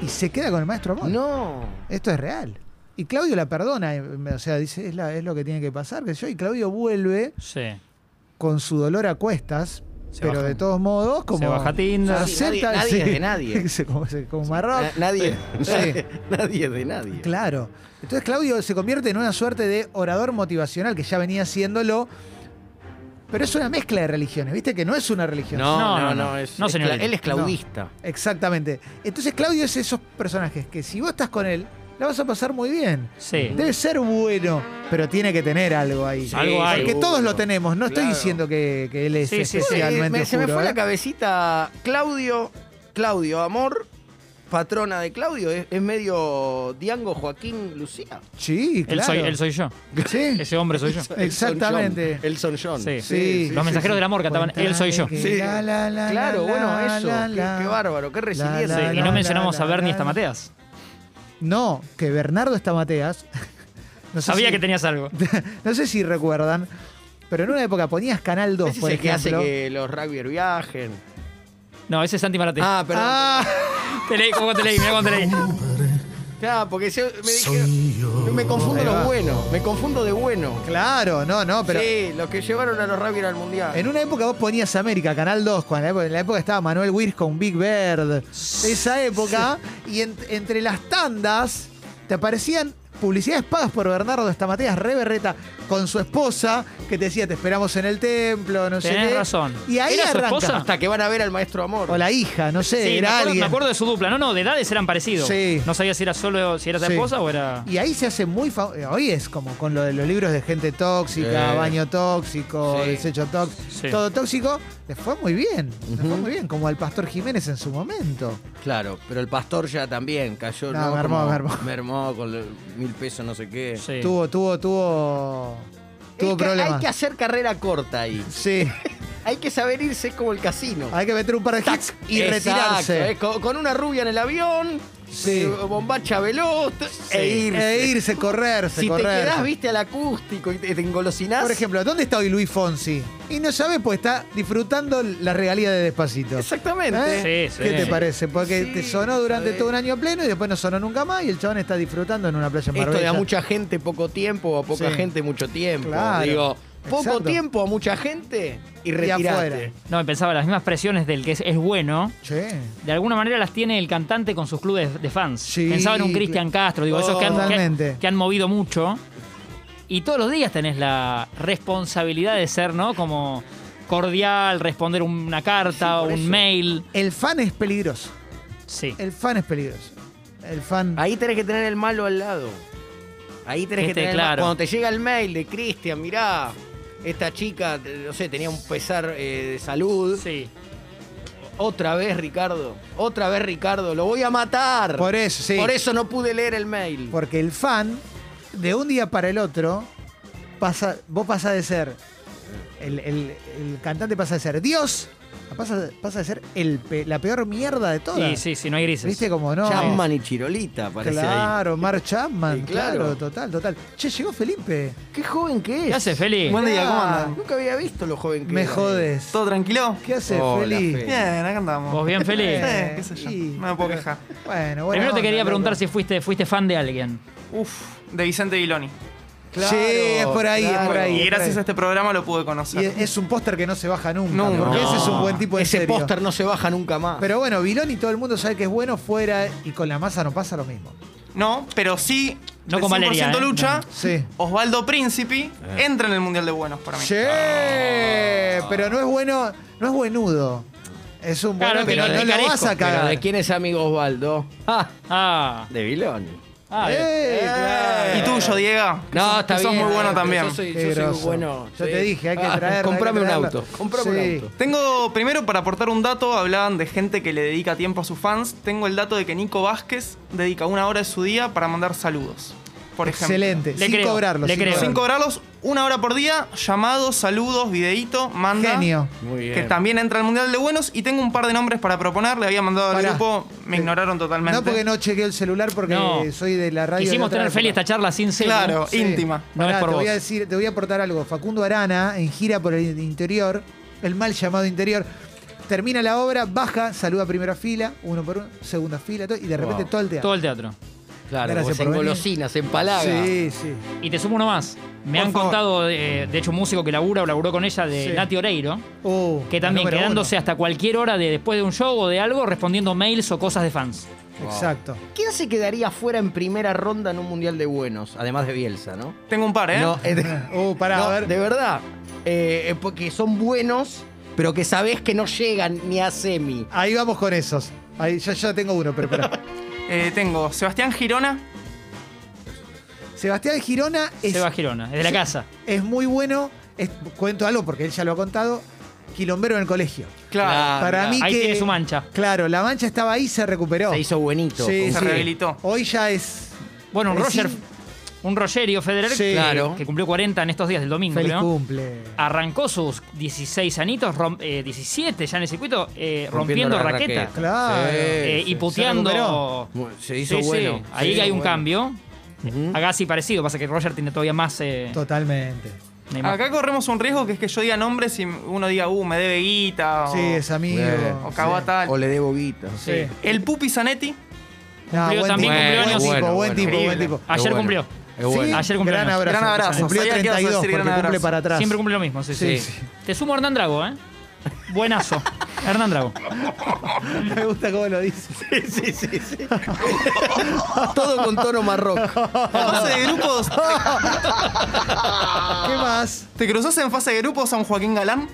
A: Y se queda con el maestro amor.
D: No.
A: Esto es real. Y Claudio la perdona, eh, o sea, dice, es, la- es lo que tiene que pasar, que yo. Y Claudio vuelve
C: Sí.
A: con su dolor a cuestas,
C: Se
A: pero
C: baja.
A: de todos modos, como...
C: Se baja Tinder.
D: Sí,
A: acepta,
D: nadie- nadie es de nadie.
A: Se- como, se- como Marrock.
D: Na- nadie.
A: Sí.
D: nadie es de nadie.
A: Claro. Entonces Claudio se convierte en una suerte de orador motivacional que ya venía haciéndolo. Pero es una mezcla de religiones, ¿viste? Que no es una religión.
D: No, no,
C: No,
D: no.
C: no, no.
D: es-
C: No,
D: es
C: señorita.
D: cla- él es claudista.
A: Exactamente. Entonces Claudio es esos personajes que si vos estás con él, la vas a pasar muy bien.
C: Sí.
A: Debe ser bueno, pero tiene que tener algo ahí.
C: Sí, Algo hay.
A: Porque todos lo
D: seguro.
A: tenemos. No estoy
D: Claro.
A: diciendo que, que él es
C: Sí, sí, sí.
A: especialmente
D: Eh, me- se me
A: oscuro,
D: fue
A: ¿eh?
D: la cabecita Claudio, Claudio Amor, patrona de Claudio, es, es medio Diango Joaquín Lucía.
A: ¿eh? Sí,
C: Él,
A: claro.
C: soy, él soy yo.
A: Sí.
C: Ese hombre soy yo.
A: Exactamente.
D: El Son John.
C: Sí.
A: Sí,
C: Los mensajeros del amor que estaban. Él soy yo.
A: Cuéntame
D: Sí.
A: que la, la, la,
D: Claro,
A: la,
D: bueno, eso.
A: la,
D: qué-
A: la.
D: qué, bárbaro, qué resiliente.
A: la,
C: Sí, Y
A: la,
C: no mencionamos
A: la,
C: a Bernie
A: la,
C: esta
A: la.
C: Mateas.
A: No, que Bernardo Estamateas. no sé
C: Sabía
A: si-
C: que tenías algo.
A: No sé si recuerdan, pero en una época ponías Canal 2,
D: Ese
A: por
D: es el que hace
A: ejemplo.
D: que los rugbyers viajen.
C: No, ese es Santi Marate.
D: Ah, perdón.
A: Ah,
C: Te leí, ¿cómo te leí? Mirá cómo te leí.
D: Claro, porque se- me dijeron. Me confundo
A: Ahí va.
D: los buenos. Me confundo de bueno.
A: claro, no, no, pero
D: sí, los que llevaron a los rugbyers al mundial.
A: en una época vos ponías América, Canal 2, cuando en la época, en la época estaba Manuel Wirth con Big Bird, esa época, y en- entre las tandas te aparecían publicidades pagas por Bernardo Estamateas Reberreta con su esposa, que te decía, te esperamos en el templo, no sé
C: Tenés
A: qué.
C: razón.
A: Y ahí
C: ¿Era su
A: arranca.
C: esposa?
D: Hasta que van a ver al maestro amor.
A: O la hija, no sé,
C: Sí, me
A: era
C: acuerdo,
A: alguien.
C: me acuerdo de su dupla. No, no, de edades eran parecidos.
A: Sí.
C: No sabía si era solo, si era su
A: Sí.
C: esposa o era.
A: Y ahí se hace muy famoso. Hoy es como con lo de los libros de gente tóxica,
D: Sí.
A: baño tóxico,
D: Sí.
A: desecho tóxico,
C: Sí.
A: todo tóxico. Les fue muy bien. Les fue
D: Ujú.
A: muy bien, como al pastor Jiménez en su momento.
D: Claro, pero el pastor ya también cayó.
A: No, mermó,
D: Como
A: mermó.
D: Mermó con lo- mil pesos, no sé qué.
C: Sí.
A: Tuvo, tuvo, tuvo.
D: Hay
A: Tuvo
D: que-
A: problemas.
D: Hay que hacer carrera corta ahí.
A: Sí.
D: Hay que saber irse es como el casino.
A: Hay que meter un par de hits y
D: Exacto,
A: retirarse.
D: eh, con, con una rubia en el avión,
A: Sí.
D: eh, bombacha veloz e irse.
A: E irse, correrse,
D: si
A: correrse.
D: te quedás, viste, al acústico y te, te engolosinás.
A: Por ejemplo, ¿dónde está hoy Luis Fonsi? Y no sabe, pues está disfrutando la regalía de Despacito.
D: Exactamente.
A: ¿Eh?
C: Sí, sí.
A: ¿Qué te parece? Porque
D: Sí,
A: te sonó durante
D: sí.
A: todo un año pleno y después no sonó nunca más y el chabón está disfrutando en una playa en
D: Esto de
A: Marbella.
D: a mucha gente poco tiempo o a poca
A: Sí.
D: gente mucho tiempo.
A: Claro.
D: Digo, poco
A: Exacto.
D: tiempo a mucha gente y
A: afuera.
D: retirarte.
C: No, me pensaba, las mismas presiones del que es, es bueno,
A: Che.
C: de alguna manera las tiene el cantante con sus clubes de fans.
A: Sí,
C: pensaba en un Cristian Castro, digo, esos que han, que han-
A: Totalmente.
C: que han movido mucho. Y todos los días tenés la responsabilidad de ser, ¿no? Como cordial, responder una carta,
D: Sí, por
C: un
D: eso.
C: mail.
A: El fan es peligroso.
C: Sí.
A: El fan es peligroso. El fan.
D: Ahí tenés que tener el malo al lado. Ahí tenés
C: Que
D: que tener. el
C: esté Este, claro.
D: malo. Cuando te llega el mail de Cristian, mirá, esta chica, te- no sé, tenía un pesar eh, de salud.
C: Sí.
D: Otra vez, Ricardo. Otra vez, Ricardo. Lo voy a matar.
A: Por eso, sí.
D: Por eso no pude leer el mail.
A: Porque el fan, de un día para el otro, pasa, vos pasás de ser. El, el- el cantante pasa de ser Dios, a pasa, pasa de ser el pe- la peor mierda de todas.
C: Sí, sí, sí, no hay grises.
A: ¿Viste como e-, no?
D: Chapman y Chirolita, parece ahí.
A: Claro, Mar Chapman,
D: Sí,
A: claro.
D: claro.
A: total, total. Che, llegó Felipe.
D: Qué joven que es.
C: ¿Qué haces, Feli?
F: Buen día,
A: Mirá.
F: ¿cómo andan?
D: Nunca había visto lo joven que
A: Me
D: era. eh.
A: jodes.
F: ¿Todo tranquilo?
A: ¿Qué haces,
D: Hola,
A: Feli?
D: Feli.
F: Bien, Eh, acá andamos.
C: ¿Vos bien, Feli?
F: Sí, qué sé yo.
A: Y-
F: No me puedo quejar.
A: Bueno, bueno.
C: Primero te quería preguntar si fuiste, fuiste fan de alguien.
F: Uf, de Vicente Viloni.
D: Claro,
A: sí, es por ahí, es por
D: claro.
A: ahí.
F: Y
A: es por
F: gracias a
A: ahí.
F: este programa lo pude
A: Y
F: conocer.
A: es- es un póster que no se baja nunca.
F: No,
A: porque
F: no.
A: ese es un buen tipo de
D: Ese
A: serio.
D: Este póster no se baja nunca más.
A: Pero bueno, Vilón y todo el mundo sabe que es bueno fuera y con la masa no pasa lo mismo.
F: No, pero sí,
C: No
F: del
C: con Valeria, ¿eh?
F: lucha,
C: No.
A: Sí.
F: Osvaldo Príncipe entra en el Mundial de Buenos para mí.
A: Sí, pero no es bueno, no es buenudo. Es un bueno
C: Claro,
A: que
C: pero
A: no,
C: de
A: no lo
C: picaresco,
A: vas a
D: Pero
A: cagar.
D: ¿de quién es amigo Osvaldo? Ah,
C: Ah,
D: de Viloni.
C: ah
A: ¡Eh, claro!
F: Y tuyo, Diego. que
D: No,
F: sos-
D: está
F: que
D: bien. eh,
F: Sos muy bueno
D: pero
F: también.
D: Yo
A: Qué
D: soy, yo soy muy
A: groso.
D: bueno.
A: Yo
D: sí.
A: te dije, hay que
D: Ah,
A: traerlo, hay
D: Comprame
A: que
D: un
A: traerlo.
D: auto. Comprame
A: Sí.
D: un auto.
F: Tengo, primero, para aportar un dato, hablaban de gente que le dedica tiempo a sus fans. Tengo el dato de que Nico Vázquez dedica una hora de su día para mandar saludos. Por ejemplo.
A: Excelente.
C: Le
A: sin
C: creo,
A: cobrarlo.
C: le
A: sin
C: creo.
F: Sin
A: cobrarlo.
F: cobrarlos, una hora por día, llamados, saludos, videíto, manda.
A: Genio.
D: Muy
F: Que también entra al Mundial de Buenos y tengo un par de nombres para proponer. Le había mandado al
A: Pará.
F: grupo, me
A: Sí.
F: ignoraron totalmente.
A: No porque no chequeé el celular porque
C: No.
A: soy de la radio.
C: Quisimos
A: de otra
C: tener Feli
A: época.
C: esta charla sin celo.
F: Claro,
A: Sí.
F: íntima.
C: No es
A: Pará,
C: por
A: te voy a
C: vos.
A: decir, te voy a aportar algo. Facundo Arana, en gira por el interior, el mal llamado interior, termina la obra, baja, saluda a primera fila, uno por uno, segunda fila, todo, y de repente
D: Wow.
A: todo el teatro.
C: Todo el teatro.
D: Claro,
A: Gracias
D: porque se
A: por venir.
D: engolosina, se empalaga.
A: Sí, sí.
C: Y te sumo uno más. Me
F: Por
C: han
F: favor.
C: contado, eh, de hecho, un músico que labura o laburó con ella, de
A: Sí.
C: Nati Oreiro,
A: Uh,
C: que también
A: el número
C: quedándose
A: uno.
C: hasta cualquier hora de después de un show o de algo respondiendo mails o cosas de fans.
A: Exacto.
D: ¿Quién se quedaría fuera en primera ronda en un Mundial de Buenos? Además de Bielsa, ¿no?
F: Tengo un par, ¿eh?
D: No, eh, de-
A: Uh, pará,
D: no,
A: a ver.
D: de verdad. Eh, eh, porque son buenos, pero que sabés que no llegan ni a semi.
A: Ahí vamos con esos. Ahí, yo ya tengo uno, pero pará.
F: Eh, tengo Sebastián Girona.
A: Sebastián Girona es
C: Seba Girona, es de la casa.
A: es muy bueno. es- cuento algo porque él ya lo ha contado. Quilombero en el colegio.
D: Ah,
F: Claro.
A: Para mí
C: Ahí
A: que.
C: tiene su mancha.
A: Claro, la mancha estaba ahí, se recuperó.
D: Se hizo buenito.
A: Sí,
F: Se
A: sí.
F: rehabilitó.
A: Hoy ya es.
C: Bueno, un
A: Es
C: Roger,
A: in-
C: un Rogerio Federer,
A: Sí.
C: que,
D: Claro.
C: que cumplió 40 en estos días del domingo,
A: Feliz
C: creo.
A: cumple.
D: Ah.
C: Arrancó sus 16 anitos, rom- eh, 17 ya en el circuito, eh, rompiendo,
D: la
C: raqueta.
A: Claro.
C: Eh, y puteando.
D: recuperó. Se hizo
C: Sí, sí.
D: bueno.
C: Ahí
D: Se hizo
C: hay un
D: bueno.
C: cambio.
D: Ujú.
C: Agassi parecido, pasa que Roger tiene todavía más. eh,
A: Totalmente.
C: una imagen.
F: Acá corremos un riesgo que es que yo diga nombres y uno diga, uh, me debe guita. O,
A: Sí, es amigo.
D: Bien.
F: o cagó a tal.
D: O le debo guita.
A: Sí.
F: El Pupi Zanetti.
A: No,
C: Cumplió
A: tipo,
C: también, cumplió
A: buen
C: años.
A: tipo,
D: Bueno,
A: buen
D: bueno.
A: tipo, buen
F: Increíble.
A: tipo.
C: Ayer
D: bueno.
C: cumplió.
D: Es bueno.
C: Ayer cumplió
A: Gran
C: años.
A: abrazo.
F: Gran abrazo.
A: Cumplió
F: Sabía que ibas a
A: 32
F: decir
A: porque
F: gran
A: cumple
F: abrazo.
A: para atrás.
C: Siempre cumple lo mismo, sí,
A: Sí,
C: sí.
A: sí.
C: Te sumo a Hernán Drago, ¿eh? Buenazo. Hernán Drago.
A: Me gusta cómo lo dice.
D: Sí, sí, sí. Todo con tono marroco.
F: En fase de grupos,
A: ¿Qué más?
F: ¿te cruzas en fase de grupos a un Joaquín Galán?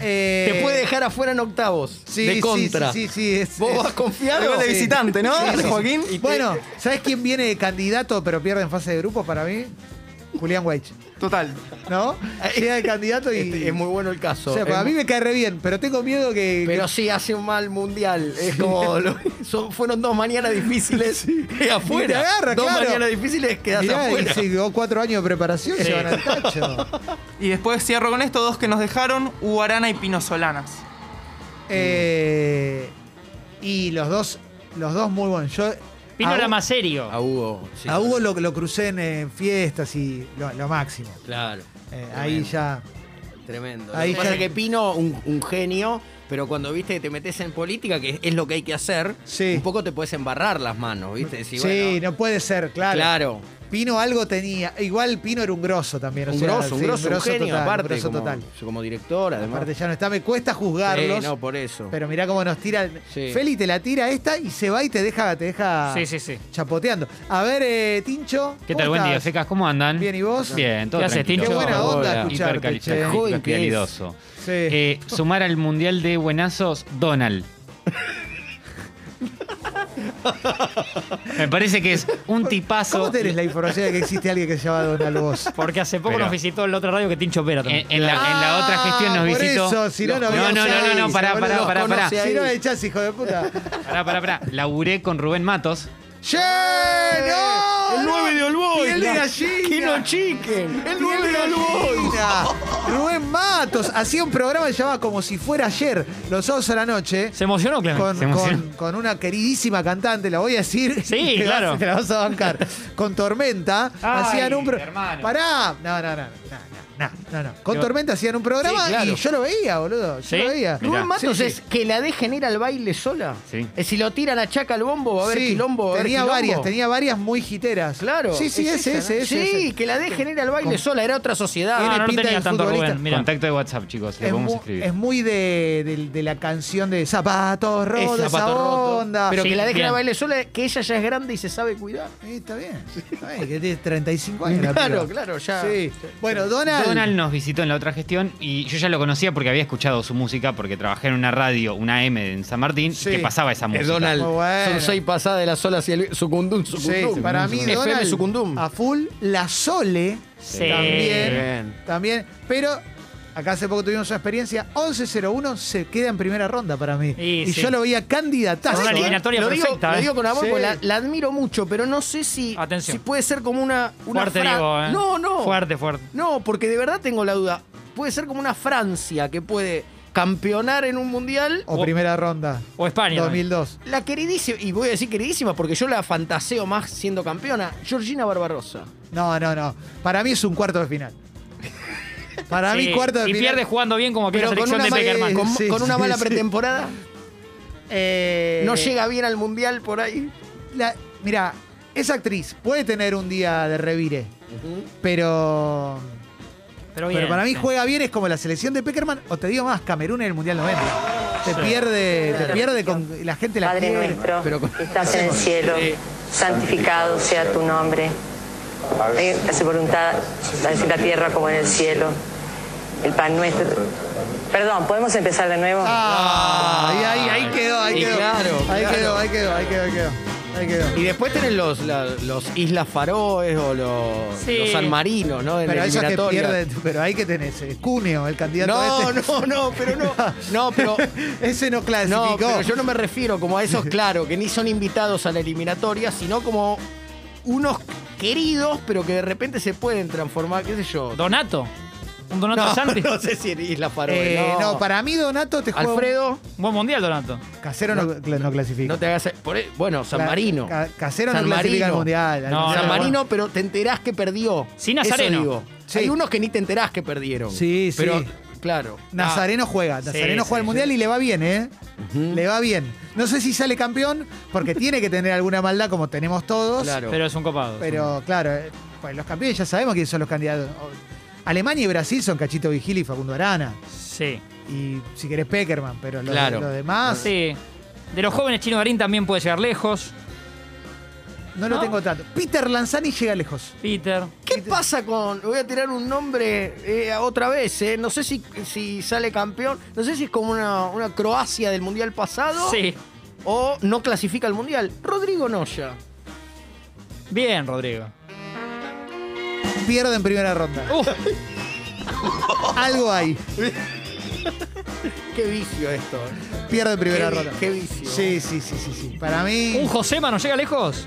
A: Eh,
D: Te puede dejar afuera en octavos.
A: sí,
D: de
A: sí,
D: contra.
A: Sí, sí, sí, es-
D: Vos
A: es-
D: vas confiado.
F: Algo de
D: Sí.
F: visitante, ¿no?
A: Sí, sí, sí.
F: Joaquín.
A: Bueno, ¿sabes quién viene de candidato pero pierde en fase de grupo para mí? Julián Weich.
F: Total.
A: ¿no? Llega de candidato y.
D: Este, es muy bueno el
A: o
D: caso.
A: sea,
D: Es
A: para
D: muy-
A: mí me cae re bien, pero tengo miedo que.
D: Pero sí hace un mal mundial. Es como. lo- son- fueron dos mañanas difíciles que afuera.
A: Y te agarra,
D: dos
A: claro.
D: mañanas difíciles
A: que
D: quedas
A: mirá, y
D: afuera.
A: se quedó cuatro años de preparación y se van al cacho.
F: Y después cierro con esto, dos que nos dejaron, Hugo Arana y Pino Solanas.
A: Eh, y los dos, los dos muy buenos. Yo,
C: Pino
A: a,
C: era
A: Hugo-
C: más serio.
D: A Hugo. sí.
A: a Hugo lo, lo crucé en, eh, fiestas y lo, lo máximo.
D: Claro.
A: Eh, ahí
D: Tremendo.
A: ya.
D: Tremendo.
A: Ahí
D: Ahí pasa
A: ya-
D: que Pino, un, un genio, pero cuando viste que te metes en política, que es lo que hay que hacer,
A: Sí.
D: un poco te puedes embarrar las manos, ¿viste? Decís,
A: Sí,
D: bueno,
A: no puede ser, claro.
D: claro.
A: Pino algo tenía. Igual Pino era un grosso también. o
D: Un
A: sea,
D: grosso, un
A: sí,
D: grosso, un genio,
A: total,
D: aparte.
A: Un grosso
D: como,
A: total.
D: como director, además.
A: Aparte ya no está, me cuesta
D: Sí,
A: juzgarlos.
D: Eh, no, por eso.
A: Pero mirá cómo nos tira. el-
D: Sí.
A: Feli te la tira esta y se va y te deja, te deja
C: Sí, sí, sí.
A: chapoteando. A ver, eh, Tincho.
B: ¿Qué
A: ¿cómo
B: tal? Buen día,
A: estás?
B: fecas. ¿Cómo andan?
A: Bien, ¿y vos?
B: Bien, todo
C: ¿Qué haces,
B: tranquilo.
A: Qué
C: Tincho?
A: buena onda
D: Hola.
A: escucharte, che.
D: Hipercalificado. Joven que es.
B: Hipercalidoso.
A: Sí.
B: Eh, sumar al mundial de buenazos, Donald. Me parece que es un tipazo.
A: ¿Cómo tenés la información de que existe alguien que se llama Donald Vos?
C: Porque hace poco
B: Pero-
C: nos visitó en la otra radio que Tincho opera también.
B: En, en la, en la otra gestión nos
A: Ah, por
B: visitó.
A: eso, si no, no
B: no,
A: había
B: no, no,
A: chance,
B: no, no, pará,
A: boludo,
B: pará,
A: los
B: pará, pará.
D: conoce
A: Si no me echás, hijo de puta.
B: Pará, pará, pará. Laburé con Rubén Matos.
A: ¡Che! ¡No!
D: El 9 de Olboy.
A: ¡Piel ¡Eh! de
D: No.
A: gallina!
D: ¡Qué no chiquen!
A: ¡El
D: ¡El
A: nuevo
D: 9 de Olboy!
A: Rubén Matos hacía un programa que se llamaba Como si fuera ayer, los sábados a la noche.
C: ¿Se emocionó, Clemente?
A: con,
B: Se emocionó.
A: con- con una queridísima cantante, la voy a decir.
C: Sí,
A: y te vas-
C: claro.
A: te la vas a bancar. Con Tormenta
B: Ay,
A: hacían un pro-
B: hermano.
A: Pará. No, no, no. no, no, no, no. Con Tormenta hacían un programa
D: Sí, claro.
A: y yo lo veía, boludo. Yo
C: Sí.
A: lo veía.
B: Mirá.
D: Rubén Matos
A: Sí, sí.
D: es que la dejen ir al baile sola.
B: Sí.
D: Es si lo tiran a Chaca al bombo, va a haber
A: Sí,
D: quilombo, va a haber
A: tenía
D: quilombo.
A: varias, tenía varias muy jiteras.
D: Claro.
A: Sí, sí,
D: es
A: ese,
D: esa,
A: ese,
D: ¿no?
A: ese.
D: Sí,
A: ese.
D: que la dejen ir al baile sola, era otra sociedad.
C: Ah,
A: tiene
C: no, no
A: pinta
C: tenía
A: de
C: tanto
A: futbolista.
C: Rubén. Mira,
B: Contacto de WhatsApp, chicos. Le
A: Es
B: podemos
A: muy,
B: escribir.
A: es muy de, de- de la canción de Zapatos
D: Es
A: Rotos, esa
D: zapato roto.
A: onda.
D: Pero
C: Sí,
D: que la dejen
C: bien.
D: al baile sola, que ella ya es grande y se sabe cuidar.
A: Sí, está bien. Está bien, que tiene 35 años. la
D: Claro,
A: piba.
D: claro, ya.
A: Sí. Bueno, Donald.
B: Donald nos visitó en la otra gestión y yo ya lo conocía porque había escuchado su música porque trabajé en una radio, una M en San Martín,
A: Sí.
B: que pasaba esa música.
D: Es Donald.
A: Muy bueno.
D: Son seis pasadas de las olas y el sucundum,
A: Sí,
D: sucundum.
A: para mí
D: FM
A: Donald Ah,
D: sucundum.
A: a full, la Sole
C: Sí.
A: también,
D: Bien.
A: también, pero acá hace poco tuvimos una experiencia, 11-01 se queda en primera ronda para mí.
C: Y
A: y
C: sí.
A: yo lo veía candidatazo.
C: Con una
A: ¿eh?
C: eliminatoria
D: Lo digo,
C: perfecta.
D: lo
C: ¿eh?
D: digo con amor,
A: Sí.
D: porque la, la admiro mucho, pero no sé si,
C: Atención.
D: si puede ser como una, una
C: fuerte,
D: fra-
C: digo, ¿eh?
D: No, no.
C: Fuerte, fuerte.
D: No, porque de verdad tengo la duda. Puede ser como una Francia que puede campeonar en un mundial.
A: O primera ronda.
C: O España.
A: 2002.
D: La queridísima, y voy a decir queridísima porque yo la fantaseo más siendo campeona, Georgina Barbarossa.
A: No, no, no. Para mí es un cuarto de final. Para
C: Sí,
A: mí cuarto de
C: Y
A: final.
C: pierde jugando bien como aquella
D: Pero con
C: selección
D: una,
C: de
D: ma-
C: Peckerman.
D: con-
A: Sí,
D: con una
A: sí,
D: mala
A: sí.
D: pretemporada,
A: Eh,
D: no llega bien al mundial por ahí.
A: la- mira, esa actriz puede tener un día de revire, pero Pero
C: Pero, bien,
A: para mí
C: sí.
A: juega bien es como la selección de Peckerman, o te digo más, Camerún en el Mundial 90. Te pierde, te pierde con la gente la
G: Padre
A: quiere.
G: nuestro,
D: Pero con-
G: que estás en el cielo, santificado sea tu nombre. Hace voluntad, así en la tierra como en el cielo. El pan nuestro. Perdón, ¿podemos empezar de nuevo?
A: Ah, y ahí, ahí quedó, ahí
D: Y
A: quedó.
D: claro,
A: ahí
D: claro.
A: quedó, ahí quedó, ahí quedó, ahí quedó. Ahí quedó.
D: Y después tienen los, la- los Islas Faroes o los,
C: Sí.
D: los San Marinos, ¿no? En
A: Pero eso que
D: eliminatoria.
A: pierde, pero ahí que tenés, eh, Cuneo, el candidato
D: No,
A: este.
D: no, no, pero no. No, pero.
A: Ese no
D: No,
A: clasificó.
D: pero yo no me refiero como a esos, claro, que ni son invitados a la eliminatoria, sino como unos queridos, pero que de repente se pueden transformar, qué sé yo.
C: Donato. Un Donato
D: no,
C: Santi.
D: no sé si en Isla Faroe.
A: Eh,
D: no.
A: no. para mí Donato te juega.
D: Alfredo,
C: Buen mundial, Donato.
A: Casero no, cla- no clasifica.
D: no te hagas. por ahí- bueno, San
A: Cla-
D: Marino.
A: Ca- Casero
D: San
A: no clasifica al
D: Marino.
A: Mundial. al
C: No,
A: Mundial
D: San
A: de-
D: Marino, pero te enterás que perdió.
C: Sí,
D: Eso
C: Nazareno.
D: digo.
A: Sí.
D: Hay unos que ni te enterás que perdieron.
A: Sí, sí.
D: Pero, claro.
A: Nazareno juega, Nazareno
C: sí,
A: juega el
C: sí.
A: mundial y le va bien, ¿eh? Le va bien. No sé si sale campeón, porque tiene que tener alguna maldad como tenemos todos.
D: Claro.
C: Pero es un copado.
A: Pero claro, eh, pues los campeones ya sabemos quiénes son los candidatos. O- Alemania y Brasil son Cachito Vigil y Facundo Arana.
C: Sí.
A: y si querés Peckerman, pero los,
D: Claro.
A: los demás
C: Sí. De los jóvenes, Chino Garín también puede llegar lejos.
A: no lo
C: ¿No?
A: tengo tanto. Peter Lanzani llega lejos.
C: Peter.
D: ¿Qué pasa con.? Voy a tirar un nombre eh, otra vez, eh, No sé si, si sale campeón. No sé si es como una, una Croacia del mundial pasado.
C: Sí.
D: O no clasifica al mundial. Rodrigo Noya.
C: Bien, Rodrigo.
A: Pierde en primera ronda.
C: Uh,
A: Algo hay.
D: Qué vicio esto. eh.
A: Pierde en primera
D: Qué vi-
A: ronda.
D: qué vicio.
A: Sí, sí, sí, sí, sí. Para mí,
C: ¿Un Josema no llega lejos?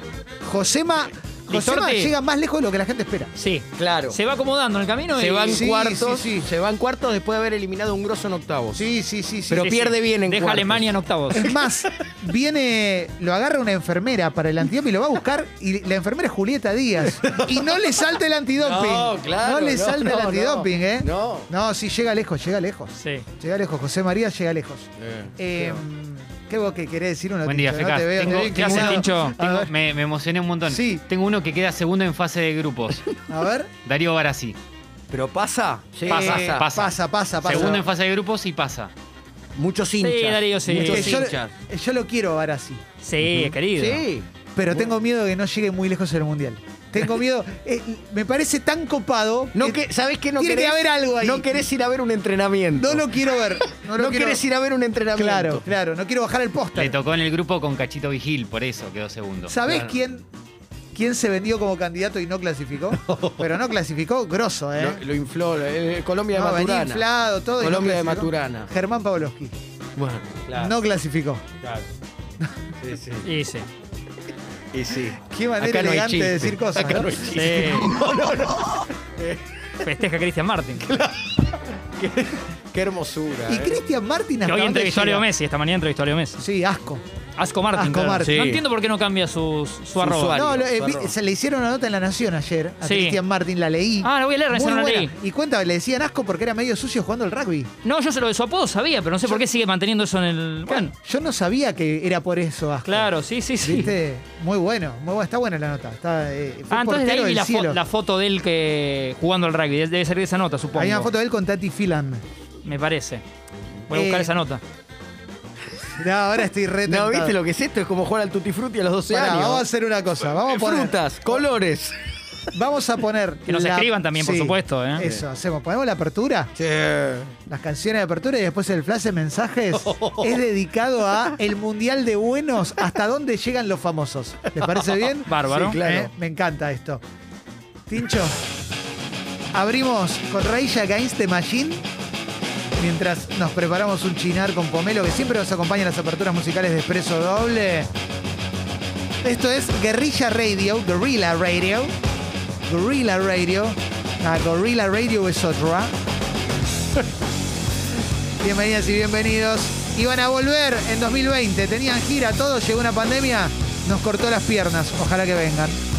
A: Josema, Josema
C: Listorti.
A: llega más lejos de lo que la gente espera.
C: Sí.
D: Claro.
C: Se va acomodando en el camino y
D: Se van
A: sí,
D: cuartos.
A: sí, sí.
D: Se van cuartos después de haber eliminado un grosso en octavos.
A: Sí, sí, sí, sí.
D: Pero
C: Sí, sí.
D: pierde bien en
C: Deja a
D: cuartos.
C: Alemania en octavos.
A: Es más, viene, lo agarra una enfermera para el antidoping, lo va a buscar y la enfermera es Julieta Díaz. Y no le salta el antidoping.
D: No, claro,
A: No le
D: no,
A: salta
D: no,
A: el antidoping,
D: no.
A: ¿eh?
D: No.
A: No, sí, llega lejos, llega lejos.
C: Sí.
A: Llega lejos, José María llega lejos. Eh, ¿Qué vos que querés decir uno?
B: Buen día,
A: Tincho? No
B: Fecas.
A: te veo,
B: Tengo-
A: te veo
B: ¿Qué haces,
A: indignado.
B: Tincho?
A: A
B: Tengo-
A: ver,
B: me, me emocioné un montón.
A: Sí.
B: Tengo uno que queda segundo en fase de grupos.
A: a ver, Eh,
B: Darío Barassi.
D: Pero pasa. Sí,
B: Pasa, pasa.
A: pasa, pasa, pasa.
B: Segundo en fase de grupos y pasa.
D: Muchos hinchas.
C: Darío, sí.
D: Muchos
A: Eh, yo,
D: hinchas.
A: yo lo quiero ahora sí,
C: Sí, querido.
D: Sí.
A: pero tengo miedo de que no llegue muy lejos el Mundial. Tengo miedo, eh, me parece tan copado.
D: No que, ¿Sabés qué? No
A: Eh, Tiene que
D: querés,
A: haber algo ahí.
D: No querés ir a ver un entrenamiento.
A: No lo quiero ver. No, lo
D: No
A: quiero-
D: querés ir a ver un entrenamiento.
A: Claro, claro, no quiero bajar el
B: Le
A: póster.
B: tocó en el grupo con Cachito Vigil, por eso quedó segundo.
A: ¿Sabés quién, quién se vendió como candidato y no clasificó? Pero no clasificó, grosso, ¿eh?
D: Lo, lo infló. eh, Colombia
A: No,
D: de
A: venía
D: Maturana.
A: inflado, todo. y no
D: Colombia de
A: clasificó.
D: Maturana.
A: Germán Pavlovsky.
D: Bueno, claro.
A: No clasificó.
D: Sí, sí.
C: Y sí.
D: Y sí.
A: Qué manera
D: Acá no hay
A: elegante de
D: chiste.
A: decir cosas.
D: Acá
A: ¿no?
D: no hay chiste.
C: Sí. Festeja Cristian Martin.
D: Qué hermosura.
A: Y
D: eh.
A: Cristian Martín
C: Que
A: hasta
C: hoy
A: dónde
C: entrevistó a
A: llega?
C: Leo Messi. Esta mañana entrevistó a Leo Messi.
A: Sí, asco.
C: Asco Martin.
A: Asco
C: claro.
A: Martin.
C: No
D: Sí.
C: entiendo por qué no cambia su, su, arroba.
D: usuario.
A: No, lo- eh, vi-
D: Barro.
A: se le hicieron una nota en La Nación ayer a
C: Sí.
A: Cristian Martín, la leí.
C: Ah, la voy a leer, esa
A: Muy
C: no la
A: buena.
C: leí.
A: Y cuenta, le decían asco porque era medio sucio jugando al rugby.
C: No, yo se lo de su apodo sabía, pero no sé por qué sigue manteniendo eso en el. Bueno,
A: Yo no sabía que era por eso asco.
C: claro, sí, sí, sí.
A: ¿Viste? Muy bueno, muy bueno. Está buena la nota. Está, eh, fue
C: Ah, entonces
A: portero
C: de ahí vi
A: del
C: la, fo-
A: cielo.
C: la foto de él que jugando al rugby. Debe ser de esa nota, supongo.
A: Hay una foto de él con Tati Filan.
C: Me parece. Voy a buscar
A: Eh,
C: esa nota.
A: No, ahora estoy re
D: No,
A: tentado.
D: ¿viste lo que es esto? Es como jugar al Tutti Frutti a los 12
A: Pará,
D: años.
A: vamos a hacer una cosa. Vamos a
D: Eh,
A: poner.
D: Frutas, colores.
A: Vamos a poner.
C: Que nos escriban también, por supuesto, ¿eh?
A: Eso, hacemos. Ponemos la apertura, las canciones de apertura y después el flash de mensajes es dedicado a el mundial de buenos, hasta dónde llegan los famosos. ¿Les parece bien?
C: Bárbaro.
A: Sí, claro. ¿Eh? Me encanta esto. Tincho, abrimos con Rage Against the Machine. Mientras nos preparamos un chinar con pomelo que siempre nos acompaña en las aperturas musicales de Expreso Doble. Esto es Guerrilla Radio, Guerrilla Radio. Gorilla Radio. La Gorilla Radio es otra. Bienvenidas y bienvenidos. Iban a volver en 2020. Tenían gira, todo llegó una pandemia. Nos cortó las piernas. Ojalá que vengan.